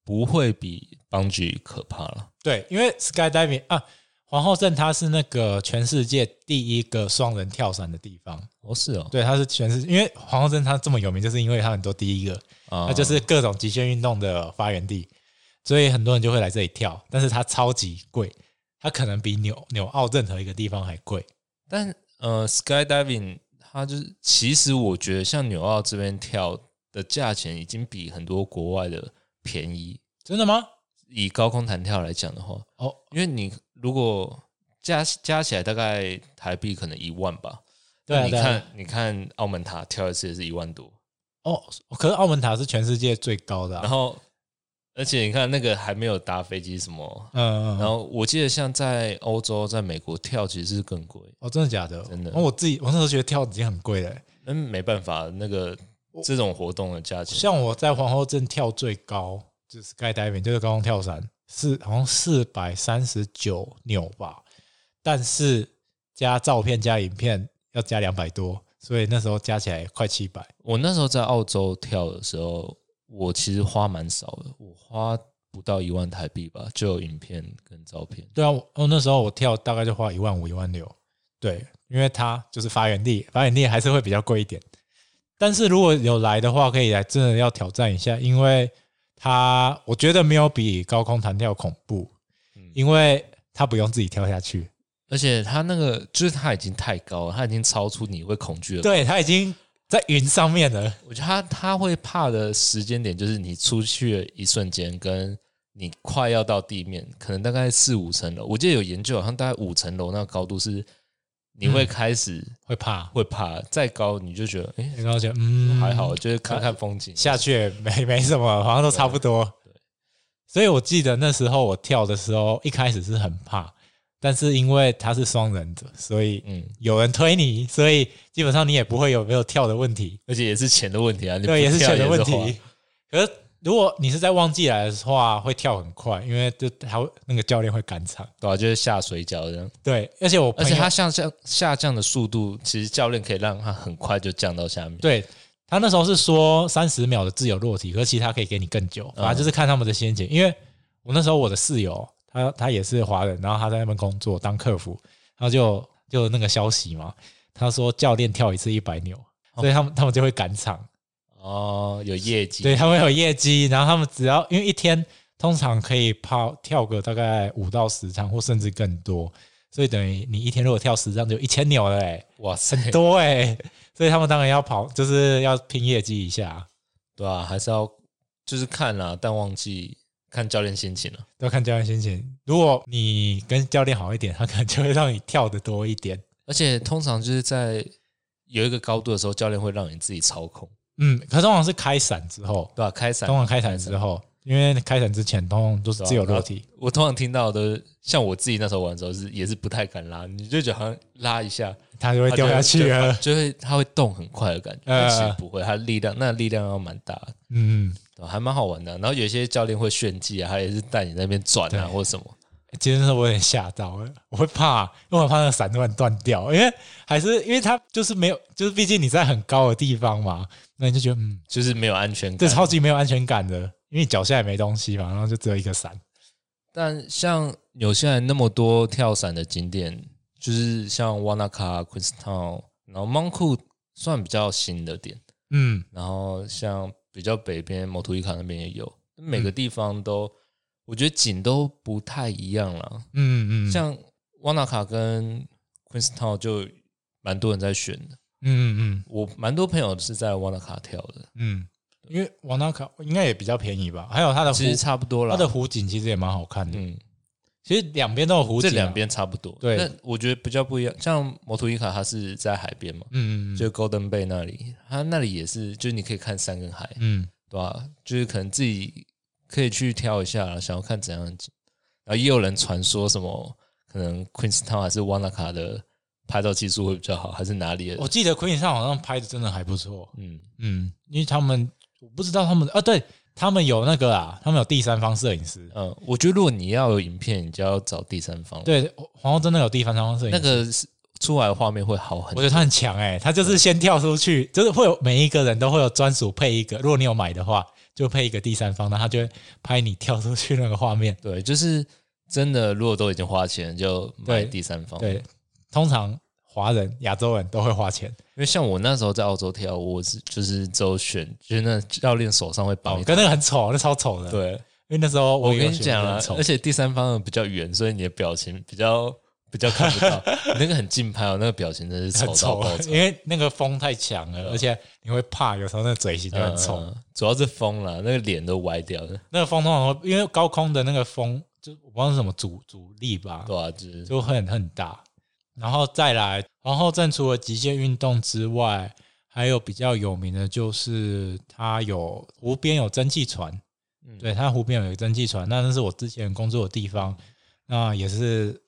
C: 不会比 bungee 可怕了。
B: 对，因为 skydiving 啊，皇后镇它是那个全世界第一个双人跳伞的地方，
C: 哦，是哦，
B: 对，它是全世因为皇后镇它这么有名，就是因为它很多第一个，
C: 啊
B: 它就是各种极限运动的发源地，所以很多人就会来这里跳，但是它超级贵，它可能比纽纽澳任何一个地方还贵。
C: 但呃，skydiving 它就是，其实我觉得像纽澳这边跳的价钱已经比很多国外的便宜，
B: 真的吗？
C: 以高空弹跳来讲的话，
B: 哦，
C: 因为你如果加加起来大概台币可能一万吧，
B: 对啊
C: 你
B: 对啊
C: 看你看澳门塔跳一次也是一万多，
B: 哦，可是澳门塔是全世界最高的、
C: 然
B: 啊。
C: 后而且你看那个还没有搭飞机什么，
B: 嗯，嗯
C: 然
B: 嗯
C: 后我记得像在欧洲、在美国跳其实是更贵，
B: 哦，真的假的？
C: 真的
B: 哦我自己我那时候觉得跳已经很贵了、欸
C: 嗯，没办法，那个这种活动的价钱，
B: 像我在皇后镇跳最高就是 skydiving，就是高空跳伞，是好像四百三十九纽吧，但是加照片加影片要加两百多，所以那时候加起来快七百。
C: 我那时候在澳洲跳的时候，我其实花蛮少的，我花不到一万台币吧，就有影片跟照片。
B: 对啊，我哦那时候我跳大概就花一万五、一万六，对，因为它就是发源地，发源地还是会比较贵一点。但是如果有来的话，可以来真的要挑战一下，因为它我觉得没有比高空弹跳恐怖，因为它不用自己跳下去，
C: 而且它那个就是它已经太高了，它已经超出你会恐惧的。，
B: 对他已经在云上面了，
C: 我觉得它它会怕的时间点就是你出去的一瞬间，跟你快要到地面，可能大概四五层楼。我记得有研究，好像大概五层楼那个高度是你
B: 嗯
C: 会开始
B: 会怕。
C: 会怕，再高你就觉得哎、
B: 然后觉得嗯
C: 还好，就是看看风景。
B: 下去也没没什么，好像都差不多。所以我记得那时候我跳的时候，一开始是很怕，但是因为他是双人的，所以
C: 嗯，
B: 有人推你，所以基本上你也不会有没有跳的问题。
C: 而且也是钱的问题啊，你不
B: 对，也是
C: 跳
B: 选的问
C: 花
B: 题。可是如果你是在旺季来的话，会跳很快，因为就他会那个教练会赶场。
C: 对啊，就是下水饺这样。
B: 对，而且我
C: 而
B: 朋
C: 且
B: 友
C: 它下降下降的速度，其实教练可以让它很快就降到下面。
B: 对他那时候是说三十秒的自由落体，可是其实他可以给你更久，反正就是看他们的先前。因为我那时候我的室友他他也是华人，然后他在那边工作当客服，然后就就那个消息嘛，他说教练跳一次一百扭，所以他们他们就会赶场。
C: 哦，有业绩。
B: 对，他们有业绩，然后他们只要因为一天通常可以跑跳个大概五到十场，或甚至更多，所以等于你一天如果跳十场就一千扭了、欸，
C: 哇塞，
B: 多哎、 所以他们当然要跑，就是要拼业绩一下，
C: 对啊，还是要就是看啦、淡旺季看教练心情了、
B: 要看教练心情。如果你跟教练好一点，他可能就会让你跳的多一点。
C: 而且通常就是在有一个高度的时候，教练会让你自己操控，
B: 嗯，可通常是开伞之后，
C: 对吧、开伞，
B: 通常开伞之后，因为开伞之前通常都是自由落体。
C: 我通常听到的，像我自己那时候玩的时候是也是不太敢拉，你就觉得好像拉一下
B: 他就会
C: 啊它
B: 掉下去啊了
C: 就，就会它会动很快的感觉，
B: 呃
C: 但其实不会，它力量那力量要蛮大的。
B: 嗯，
C: 对还蛮好玩的。然后有些教练会炫技啊，他也是带你在那边转啊，或什么。
B: 今天是我有点吓到了，我会怕，因为我很怕那个伞突然断掉，因为还是因为它就是没有，就是毕竟你在很高的地方嘛，那你就觉得嗯，
C: 就是没有安全
B: 这
C: 感。
B: 超级没有安全感的，因为你脚下也没东西嘛，然后就只有一个伞。
C: 但像纽西兰那么多跳伞的景点，就是像瓦纳卡、Queenstown，然后 Monku 算比较新的点，
B: 嗯，
C: 然后像比较北边摩图伊卡那边也有，每个地方都、我觉得景都不太一样啦。
B: 嗯嗯，
C: 像瓦纳卡跟 Queenstown 就蛮多人在选的，
B: 嗯嗯
C: 我蛮多朋友是在瓦纳卡跳的，
B: 嗯嗯，因为王纳卡应该也比较便宜吧，还有它的湖
C: 其，实差不多啦。
B: 它的湖景其实也蛮好看的，
C: 嗯，
B: 其实两边都有湖景、啊
C: 这两，边差不多。
B: 对
C: 那我觉得比较不一样，像摩图伊卡它是在海边嘛，
B: 嗯嗯
C: 就 Golden Bay 那里，它那里也是，就是你可以看山跟海，
B: 嗯
C: 对吧、就是可能自己可以去挑一下，想要看怎样的景。然后也有人传说什么，可能 Queenstown 还是 Wanaka 的拍照技术会比较好，还是哪里
B: 我
C: 的？
B: 记得 Queen 上好像拍的真的还不错，
C: 嗯，
B: 嗯，因为他们我不知道他们啊，对他们有那个啊，他们有第三方摄影师。
C: 嗯，我觉得如果你要有影片，你就要找第三方，，
B: 对，皇后真的有第三方摄影
C: 那
B: 师。
C: 个是出来的画面会好很
B: 我
C: 多。
B: 觉得他很强哎、他就是先跳出去，就是会有每一个人都会有专属配一个，如果你有买的话，就配一个第三方，那他就会拍你跳出去那个画面。
C: 对，就是真的，如果都已经花钱，就买
B: 对
C: 第三方。
B: 对，通常华人、亚洲人都会花钱。
C: 因为像我那时候在澳洲跳，我是就是只有选，就是那教练手上会
B: 哦
C: 绑一，
B: 跟
C: 根。
B: 那个很丑，那超丑的。，
C: 对，
B: 因为那时候
C: 我
B: 我
C: 跟你讲
B: 了
C: 啊，，而且第三方的比较远，所以你的表情比较比较看不 到。你那个很近拍哦，那个表情真是
B: 很
C: 丑到
B: 丑
C: 爆，
B: 因为那个风太强了，而且你会怕，有时候那个嘴型就
C: 嗯
B: 很丑。
C: 嗯主要是疯了，那个脸都歪掉了，
B: 那个风通常会因为高空的那个风，就我不知道是什么阻阻力吧，
C: 对啊，就是
B: 就会很很大。然后再来，皇后镇除了极限运动之外，还有比较有名的就是它有湖边有蒸汽船，
C: 嗯
B: 对，它湖边有一个蒸汽船，那那是我之前工作的地方，那也是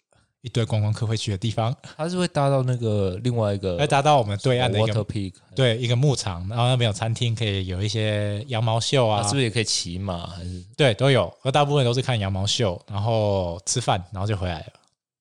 B: 一堆观光客会去的地方，
C: 它是会搭到那个另外一个
B: 哎会搭到我们对岸的一
C: 呃 Water
B: 个
C: Peak，
B: 对一个牧场，然后那边有餐厅，可以有一些羊毛秀啊，
C: 它是不是也可以骑马？还是
B: 对，都有，而大部分都是看羊毛秀，然后吃饭，然后就回来了。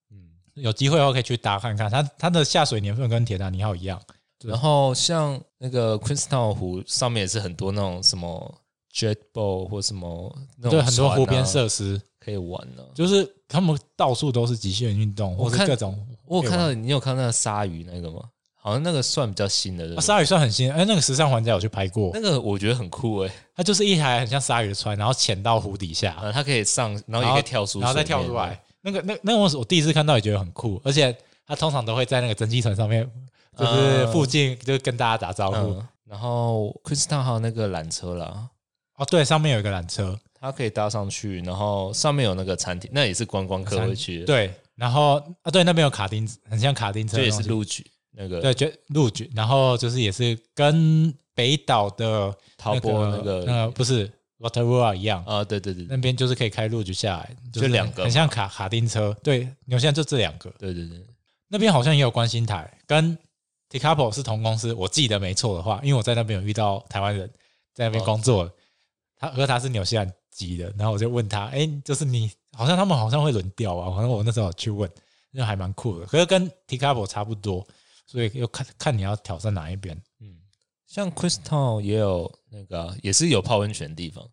C: 嗯
B: 有机会的话可以去搭看看，它它的下水年份跟铁达尼号一样。
C: 然后像那个 Queenstown 湖上面也是很多那种什么 jet boat 或什么那种、
B: 对，
C: 啊
B: 很多湖边设施，
C: 可以玩啊呢、
B: 就是他们到处都是极限运动，
C: 我
B: 或是
C: 看
B: 各种。
C: 我有看
B: 可以
C: 到你有看到那个鲨鱼那个吗？好像那个算比较新的，对哎
B: 玩
C: 不
B: 啊
C: 对
B: 鲨鱼算很新，哎、那个时尚玩家有去拍过
C: 那，个我觉得很酷哎、
B: 它就是一台很像鲨鱼的船，然后潜到湖底下，
C: 嗯呃啊，它可以上，然后也可以跳出水面，
B: 然后再跳出来，那个那那我是我第一次看到也觉得很酷，而且他通常都会在那个蒸汽船上面，就是
C: 嗯
B: 附近就跟大家打招呼。
C: 嗯，然后 Krista 还有那个缆车啦，
B: 哦，对，上面有一个缆车，
C: 它可以搭上去，然后上面有那个餐厅，那也是观光客会去的，，
B: 对，然后啊对，那边有卡丁，很像卡丁车
C: 这
B: 的
C: 也
B: 东西，
C: 是录取那个
B: 对，就陆局，然后就是也是跟北岛的
C: 陶波那个
B: 那呃个不是 Waterua 一样，
C: 啊，对对对
B: 那
C: 对
B: 边就是可以开陆局下来，
C: 就是两个嘛
B: 很像卡卡丁车。对，纽西兰就这两个，
C: 对对对，
B: 那边好像也有观星台，跟 Tekapo 是同公司，我记得没错的话，因为我在那边有遇到台湾人在那边
C: 哦
B: 工作，他和他是纽西兰籍的，然后我就问他，哎、就是你好像他们好像会轮调啊，反正我那时候有去问，那还蛮酷的，可是跟 Tekapo 差不多，所以又看看你要挑战哪一边。
C: 像 Crystal 也有那个啊、也是有泡温泉的地方，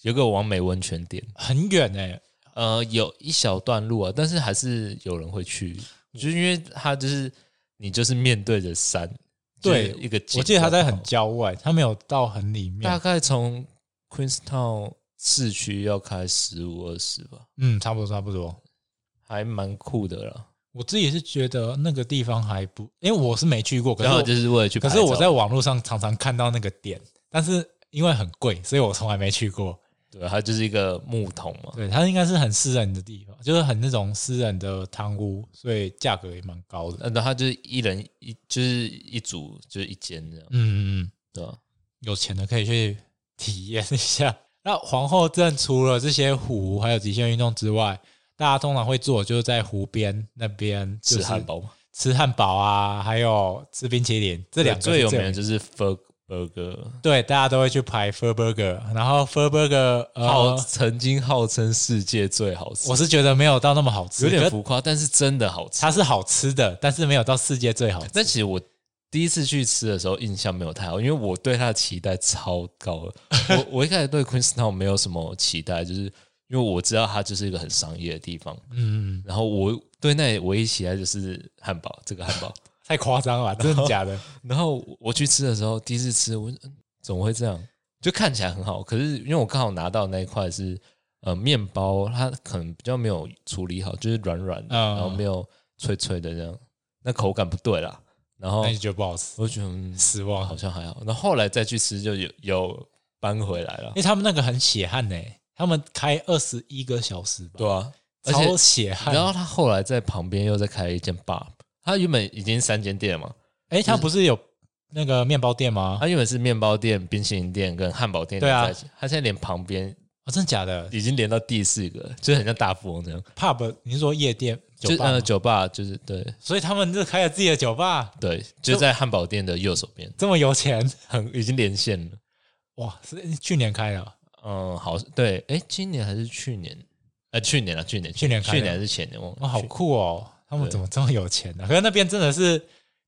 C: 有个完美温泉点，
B: 很远哎、
C: 呃，有一小段路啊，但是还是有人会去，就是因为它就是你就是面对着山，
B: 对
C: 就是一个景
B: 我记得他在
C: 观
B: 很
C: 嘛
B: 郊外，他没有到很里
C: 大
B: 面，
C: 概从 Queenstown 市区要开十五二十吧，
B: 嗯，差不多差不多。
C: 还蛮酷的啦。
B: 我自己是觉得那个地方还不，因为我是没去过，可是
C: 然后
B: 我
C: 就是为了去拍
B: 可是
C: 照，
B: 我在网络上常常看到那个点，但是因为很贵，所以我从来没去过。
C: 对，它就是一个木桶嘛，
B: 对，它应该是很私人的地方，就是很那种私人的汤屋，所以价格也蛮高的。
C: 呃然后它就是一人一就是一组就是一间这样，
B: 嗯嗯嗯，
C: 对吧？
B: 有钱的可以去体验一下。 那皇后镇除了这些湖还有极限运动之外，大家通常会做的就是在湖边那边、就是、
C: 吃汉、堡嘛，
B: 吃汉堡啊，还有吃冰淇淋，这两个
C: 最
B: 是
C: 有名的就是 Fur Burger，
B: 对，大家都会去排 Fur Burger，然后 Fur Burger
C: 号
B: 呃，
C: 曾经号称世界最好吃
B: 我，是觉得没有到那么好吃，
C: 有点
B: 可
C: 浮夸，但是真的好吃
B: 它。是好吃的，但是没有到世界最好吃。
C: 但其实我第一次去吃的时候印象没有太好，因为我对它的期待超高了。我我一开始对 Queenstown 没有什么期待，就是因为我知道它就是一个很商业的地方，
B: 嗯，
C: 然后我对那里唯一期待就是汉堡，这个汉堡。
B: 太夸张 了吧，真的假的？
C: 然后我我去吃的时候，第一次吃，我就嗯怎么会这样？就看起来很好，可是因为我刚好拿到那一块是呃面包，它可能比较没有处理好，就是软软的，
B: 嗯
C: 然后没有脆脆的这样，那口感不对啦。然后
B: 那你觉得不好吃？
C: 哦我就觉得、嗯、
B: 失望
C: 好，像还好。然后后来再去吃就有有搬回来了
B: 因，为他们那个很血汗呢、他们开二十一个小时吧，
C: 对啊，而且
B: 超血汗。
C: 然后他后来在旁边又再开了一间 bar，他原本已经三间店了嘛，
B: 哎、他不是有那个面包店吗？
C: 他原本是面包店、冰淇淋店跟汉堡店
B: 对啊
C: 连在一起，他现在连旁边
B: 哦，真的假的
C: 已经连到第四个，就是很像大富翁这样，
B: ？Pub，你是说夜店
C: 就
B: 酒吧吗？
C: 呃酒吧就是对
B: 所以他们就开了自己的酒吧，
C: 对，就在汉堡店的右手边，
B: 这么有钱
C: 很已经连线了。
B: 哇！是去年开的，啊哦
C: 嗯，好，对，哎，今年还是去年？呃，去年了，去年，
B: 去年开的
C: 去年还是前年？忘了
B: 哇，好
C: 去
B: 酷哦！他们怎么这么有钱啊呢、可是那边真的是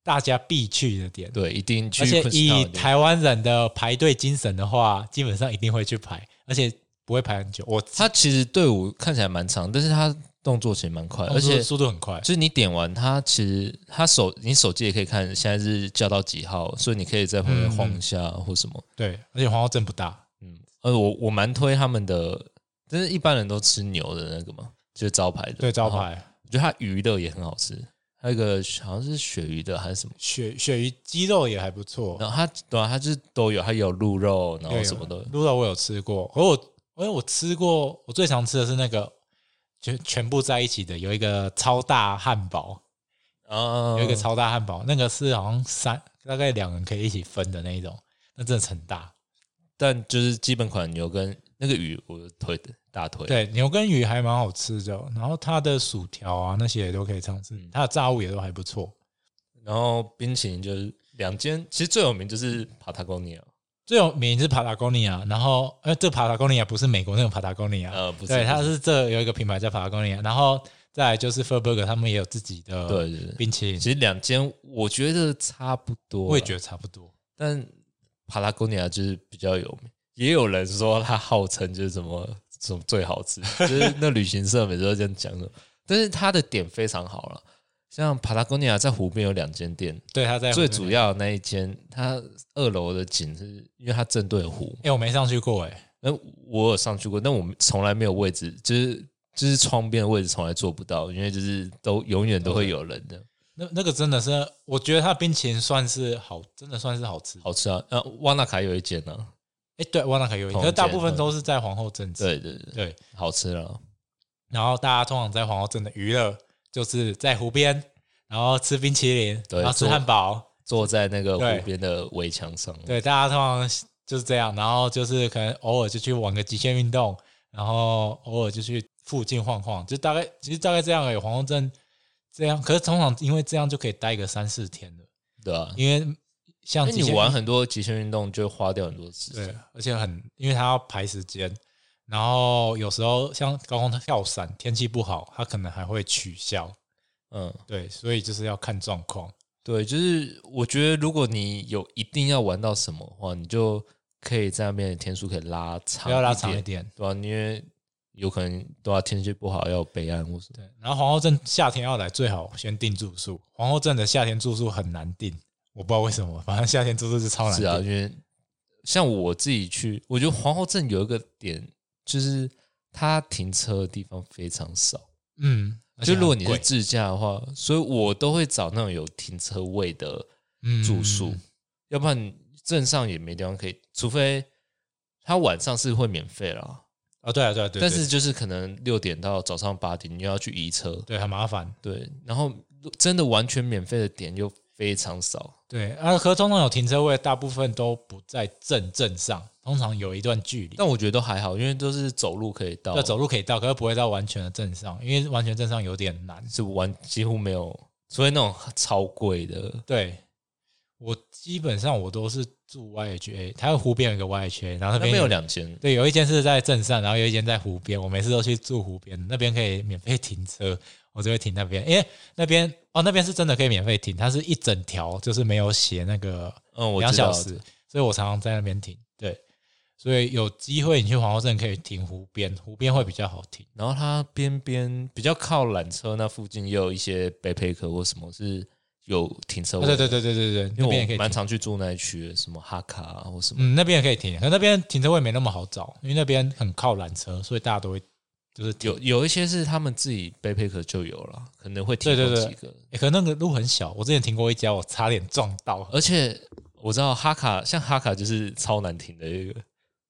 B: 大家必去的点，
C: 对，一定去
B: 而且
C: Queenstown 一定。
B: 以台湾人的排队精神的话，基本上一定会去排，而且不会排很久。我
C: 他其实队伍看起来蛮长，但是他动作其实蛮呃快，而且
B: 速度很快
C: 就，是你点完他，其实他手你手机也可以看现在是叫到几号，所以你可以在
B: 嗯
C: 旁边晃一下或什么。
B: 对，而且皇后镇不大，
C: 嗯，呃，我我蛮推他们的，但是一般人都吃牛的那个嘛，就是招牌的。
B: 对，招
C: 然后
B: 牌
C: 我觉得它鱼的也很好吃，还有一个好像是鳕鱼的还是什么，
B: 鳕鳕鱼鸡肉也还不错，
C: 然后它对啊，它就是都有，它有鹿肉，然后
B: 对
C: 哦什么都有。
B: 鹿肉我有吃过，而我而我吃过，我最常吃的是那个全全部在一起的，有一个超大汉堡，
C: 啊，
B: 有一个超大汉堡，那个是好像三大概两人可以一起分的那一种，那真的很大。
C: 但就是基本款牛跟那个鱼，我腿的大腿。
B: 对，牛跟鱼还蛮好吃的，然后它的薯条啊那些也都可以尝试，
C: 嗯
B: 它的炸物也都还不错。
C: 然后冰淇淋就是两间，其实最有名就是 Patagonia，
B: 最有名是 Patagonia，然后呃，这 Patagonia 不是美国那种 Patagonia，、
C: 呃，不是，
B: 对，它
C: 不
B: 是这有一个品牌叫 Patagonia，然后再来就是 f u r b u r g e r 他们也有自己的
C: 对对对
B: 冰淇淋，
C: 其实两间我觉得差不多啦，
B: 我也觉得差不多。
C: 但 Patagonia 就是比较有名，也有人说它号称就是什么什么最好吃，就是那旅行社每次都这样讲的，但是它的点非常好了。像 Patagonia 在湖边有两间店，
B: 对，它在
C: 最主，要的那一间，它二楼的景是因为它正对湖，
B: 哎、我没上去过哎、
C: 那我有上去过，但我从来没有位置，就是就是窗边的位置从来做不到，因为就是都永远都会有人的。
B: 那那个真的是，我觉得它的冰淇淋算是好，真的算是好吃。
C: 好吃啊！呃，万纳卡有一间呢、啊，
B: 哎，对，万纳可有一，
C: 同
B: 可是大
C: 间
B: 部分
C: 对
B: 都是在皇后镇吃。
C: 对对对，
B: 对，
C: 好吃啊了。
B: 然后大家通常在皇后镇的娱乐就是在湖边，然后吃冰淇淋，
C: 对
B: 然后吃
C: 做嗯
B: 汉堡，
C: 坐在那个
B: 对
C: 湖边的围墙上，
B: 对，大家通常就是这样，然后就是可能偶尔就去玩个极限运动，然后偶尔就去附近晃晃，就大概其实大概这样而已。皇后镇这样，可是通常因为这样就可以待个三四天了，
C: 对啊，
B: 因为像
C: 因为
B: 极限
C: 你
B: 运
C: 玩很多极限运动就会花掉很多时
B: 对
C: 间。，
B: 而且很因为它要排时间，然后有时候像高空跳伞，天气不好，它可能还会取消。
C: 嗯，
B: 对，所以就是要看状况。
C: 对，就是我觉得如果你有一定要玩到什么的话，你就可以在那边的天数可以拉长，
B: 不要拉长一，点。
C: 对啊，因为有可能对啊，天气不好要有备案或什么。
B: 对，然后皇后镇夏天要来，最好先订住宿。皇后镇的夏天住宿很难订，我不知道为什么，反正夏天住宿是超难
C: 是
B: 订。
C: 啊，因为像我自己去，我觉得皇后镇有一个点就是它停车的地方非常少。
B: 嗯，而且
C: 就如果
B: 很
C: 你
B: 贵
C: 是自驾的话，所以我都会找那种有停车位的住宿，
B: 嗯
C: 要不然镇上也没地方可以，除非它晚上是会免费啦，
B: 啊，对啊，对啊，对啊，
C: 但是就是可能六点到早上八点你又要去移车，
B: 对很麻烦。
C: 对，然后真的完全免费的点又非常少，
B: 对，啊，可是通常有停车位，大部分都不在镇镇上，通常有一段距离。
C: 但我觉得都还好，因为都是走路可以到，
B: 要走路可以到，可是不会到完全的镇上，因为完全镇上有点难。
C: 是完几乎没有，除非那种超贵的，
B: 对，我基本上我都是住 YHA，它湖边有一个 YHA，然后那
C: 那
B: 边
C: 边有两间，
B: 对，有一间是在镇上，然后有一间在湖边。我每次都去住湖边，那边可以免费停车，我就会停那边，因为那边哦，那边是真的可以免费停，它是一整条，就是没有写那个
C: 嗯，我
B: 两
C: 知道
B: 小时，所以我常常在那边停。对，所以有机会你去皇后镇可以停湖边，湖边会比较好停。
C: 然后它边边比较靠缆车那附近，也有一些背配客或什么是有停车
B: 啊
C: 位。
B: 对对，对对对对，那
C: 因
B: 边也
C: 为
B: 可
C: 我
B: 以
C: 蛮
B: 停。
C: 常去住那一区的，什么哈卡啊或什么。
B: 嗯，那边也可以停，可那边停车位没那么好找，因为那边很靠缆车，所以大家都会就是停。
C: 有有一些是他们自己背配客就有了，可能会提
B: 对对
C: 供
B: 对
C: 几个。
B: 欸可那个路很小，我之前停过一家，我差点撞到。
C: 而且我知道哈卡，像哈卡就是超难停的一个，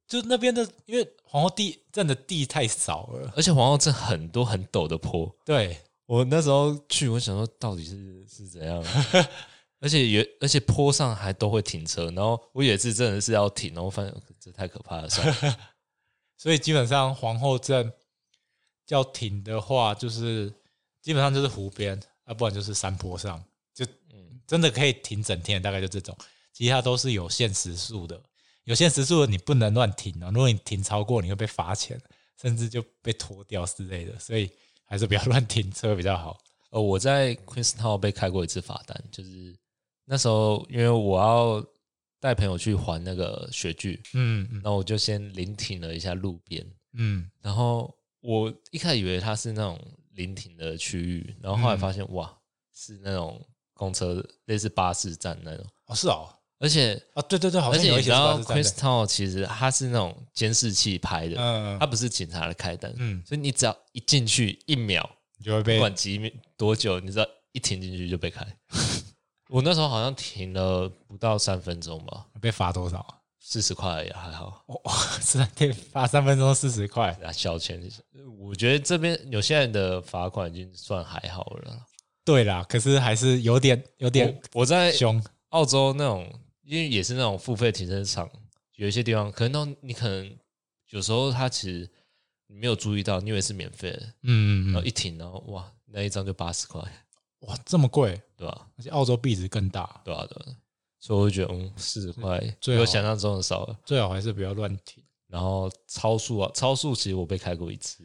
B: 就那边的，因为皇后地镇的地太少了，
C: 而且皇后镇很多很陡的坡。
B: 对，
C: 我那时候去，我想说到底是是怎样，啊 而且也而且坡上还都会停车，然后我也是真的是要停，然后发现哦这太可怕了，算了。
B: 所以基本上皇后镇要停的话，就是基本上就是湖边，啊，不然就是山坡上，就
C: 嗯
B: 真的可以停整天，大概就这种，其他都是有限时速的，有限时速的你不能乱停哦，如果你停超过，你会被罚钱，甚至就被拖掉之类的，所以还是不要乱停车比较好。
C: 呃，我在 Queenstown 被开过一次罚单，就是那时候因为我要带朋友去还那个学具，
B: 嗯嗯
C: 那我就先临停了一下路边，
B: 嗯，
C: 然后我一开始以为它是那种临停的区域，然后后来
B: 嗯
C: 发现、哇，是那种公车类似巴士站那种，
B: 哦是哦，
C: 而且
B: 啊对对对，好
C: 而
B: 像
C: 且
B: 有
C: 你
B: 一
C: 知
B: 些
C: 道
B: 是巴士站的
C: Queenstown 其实它是那种监视器拍的，
B: 嗯，
C: 它不是啊警察的开单，
B: 嗯
C: 所以你只要一进去一秒。
B: 你就会
C: 不
B: 被
C: 管几秒多久，你知道一停进去就被开。 我那时候好像停了不到三分钟吧，
B: 被罚多少？
C: 四十块也还好，
B: 哦，是啊，可以罚 三分钟四十块，
C: 啊，小钱。我觉得这边有些人的罚款已经算还好了。
B: 对啦，可是还是有点有点
C: 我我在
B: 凶，
C: 澳洲那种，因为也是那种付费停车场，有一些地方可能都你可能有时候它其实你没有注意到，你以为是免费的，
B: 嗯嗯
C: 然后
B: 嗯，
C: 一停，然后哇，那一张就八十块，
B: 哇，这么贵，
C: 对吧、
B: 而且澳洲币值更大，
C: 对啊，对啊，所以我就觉得，嗯，四十块比
B: 最
C: 我
B: 好
C: 想象中的少了。
B: 最好还是不要乱停。
C: 然后超速啊，超速其实我被开过一次，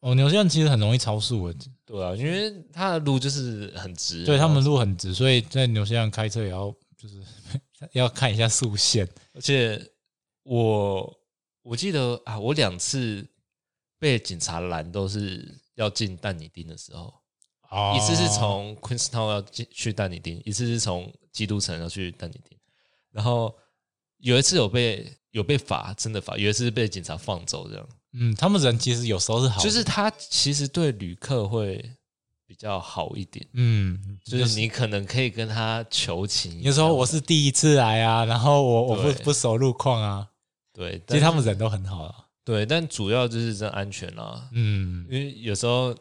B: 哦，纽西兰其实很容易超速的，
C: 对啊，因为它的路就是很直，
B: 对他们路很直，所以在纽西兰开车也要就是 要看一下速线。
C: 而且我我记得啊，我两次被警察拦都是要进淡尼丁的时候，
B: 哦
C: 一次是从 Queenstown 要进去淡尼丁，一次是从基督城要去淡尼丁，然后有一次有被有被罚，真的罚，有一次被警察放走这样。
B: 嗯，他们人其实有时候是好的，
C: 就是他其实对旅客会比较好一点，
B: 嗯，
C: 就是你可能可以跟他求情。
B: 有时候我是第一次来啊，然后我我不
C: 对
B: 不熟路况啊，
C: 对，
B: 其
C: 但
B: 实他们人都很好了，
C: 对，但主要就是真安全啦，
B: 嗯
C: 因，为有时候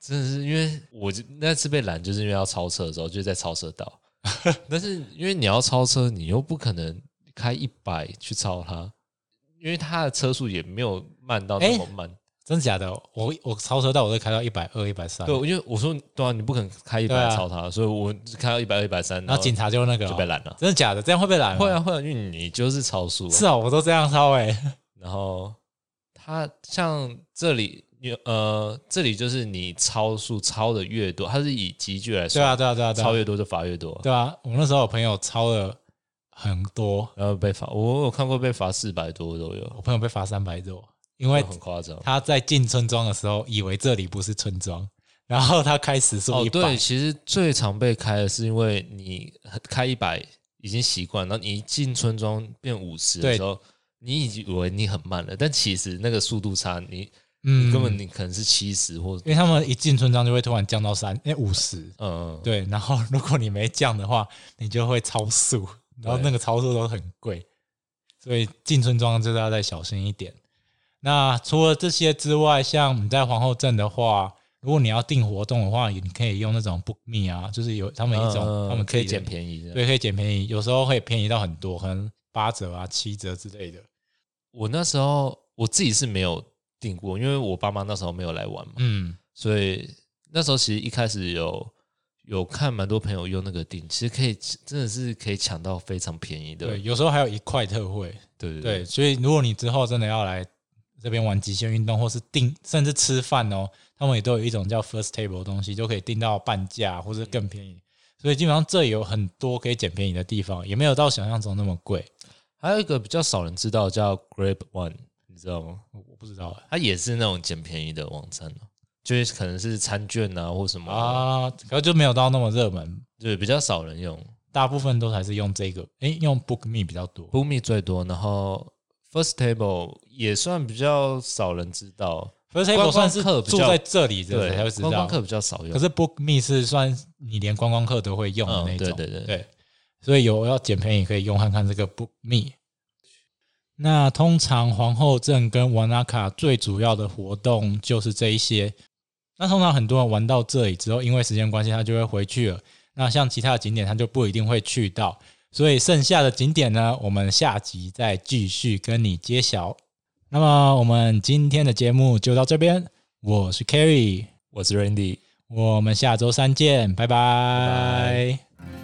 C: 真的是因为我就那次被拦，就是因为要超车的时候就在超车 道，但是因为你要超车，你又不可能开一百去超他，因为他的车速也没有慢到那么慢。
B: 真的假的？我我超车道我都开到一百二、一百三
C: 对，，因为我说对啊，你不可能开一
B: 对啊
C: 百超他，所以我开到一百二、一百三，
B: 然后警察就那个
C: 就
B: 哦
C: 被拦了。
B: 真的假的？这样会被拦？
C: 会啊，会啊，因为你就是超速、啊。
B: 是啊，我都这样超哎、
C: 然后它像这里，有呃，这里就是你超速超的越多，它 是以集距来
B: 对
C: 算，
B: 啊，对啊，对啊，对啊
C: 超越多就罚越多，
B: 对啊，我那时候有朋友超了很多，
C: 然后被罚。我有看过被罚四百多都有，
B: 我朋友被罚三百多，因为
C: 哦很夸张。
B: 他在进村庄的时候以为这里不是村庄，然后他开始速
C: 哦，
B: 一
C: 对，
B: 百、
C: 其实最常被开的是因为你开一百已经习惯，然后你一进村庄变五十的
B: 对
C: 时候，你以为你很慢了，但其实那个速度差，你
B: 嗯，
C: 根本你可能是七十或
B: 因为他们一进村庄就会突然降到三，哎五十，
C: 嗯，嗯，
B: 对，然后如果你没降的话，你就会超速，然后那个超速都很贵，所以进村庄就是要再小心一点。那除了这些之外，像你在皇后镇的话，如果你要订活动的话，你可以用那种 Book Me 啊，就是有他们一种，
C: 嗯
B: 他们
C: 可以
B: 自己的
C: 捡便宜这样。
B: 对，可以捡便宜，有时候会便宜到很多，可能八折啊、七折之类的。
C: 我那时候我自己是没有订过，因为我爸妈那时候没有来玩嘛，
B: 嗯，
C: 所以那时候其实一开始有有看蛮多朋友用那个订，其实可以真的是可以抢到非常便宜的，
B: 对，有时候还有一块特惠。
C: 对对
B: 对，所以如果你之后真的要来这边玩极限运动，或是订甚至吃饭哦，他们也都有一种叫 first table 的东西，就可以订到半价或者更便宜。所以基本上这有很多可以捡便宜的地方，也没有到想象中那么贵。
C: 还有一个比较少人知道叫 Grab One，你知道吗？
B: 我我不知道
C: 它也是那种捡便宜的网站哦就是可能是餐券啊或什么，
B: 啊，可是就没有到那么热门，
C: 对，比较少人用。
B: 大部分都还是用这个，诶，用 Book Me 比较多。
C: b o o m i 最多，然后 First Table 也算比较少人知道，
B: First table
C: 观光
B: 算是
C: 客比
B: 住
C: 较
B: 在这里的
C: 对
B: 人才会知道，
C: 观光客比较少用
B: 可。是 Book Me 是算你连观光客都会用的那种，
C: 嗯对对对
B: 所以有要捡便宜可以用看看这个 Book Me。那通常皇后镇跟瓦纳卡最主要的活动就是这一些。那通常很多人玩到这里之后，因为时间关系，他就会回去了。那像其他的景点，他就不一定会去到。所以剩下的景点呢，我们下集再继续跟你揭晓。那么我们今天的节目就到这边，我是 Kerry，
C: 我是 Randy。
B: 我们下周三见，拜拜。
C: 拜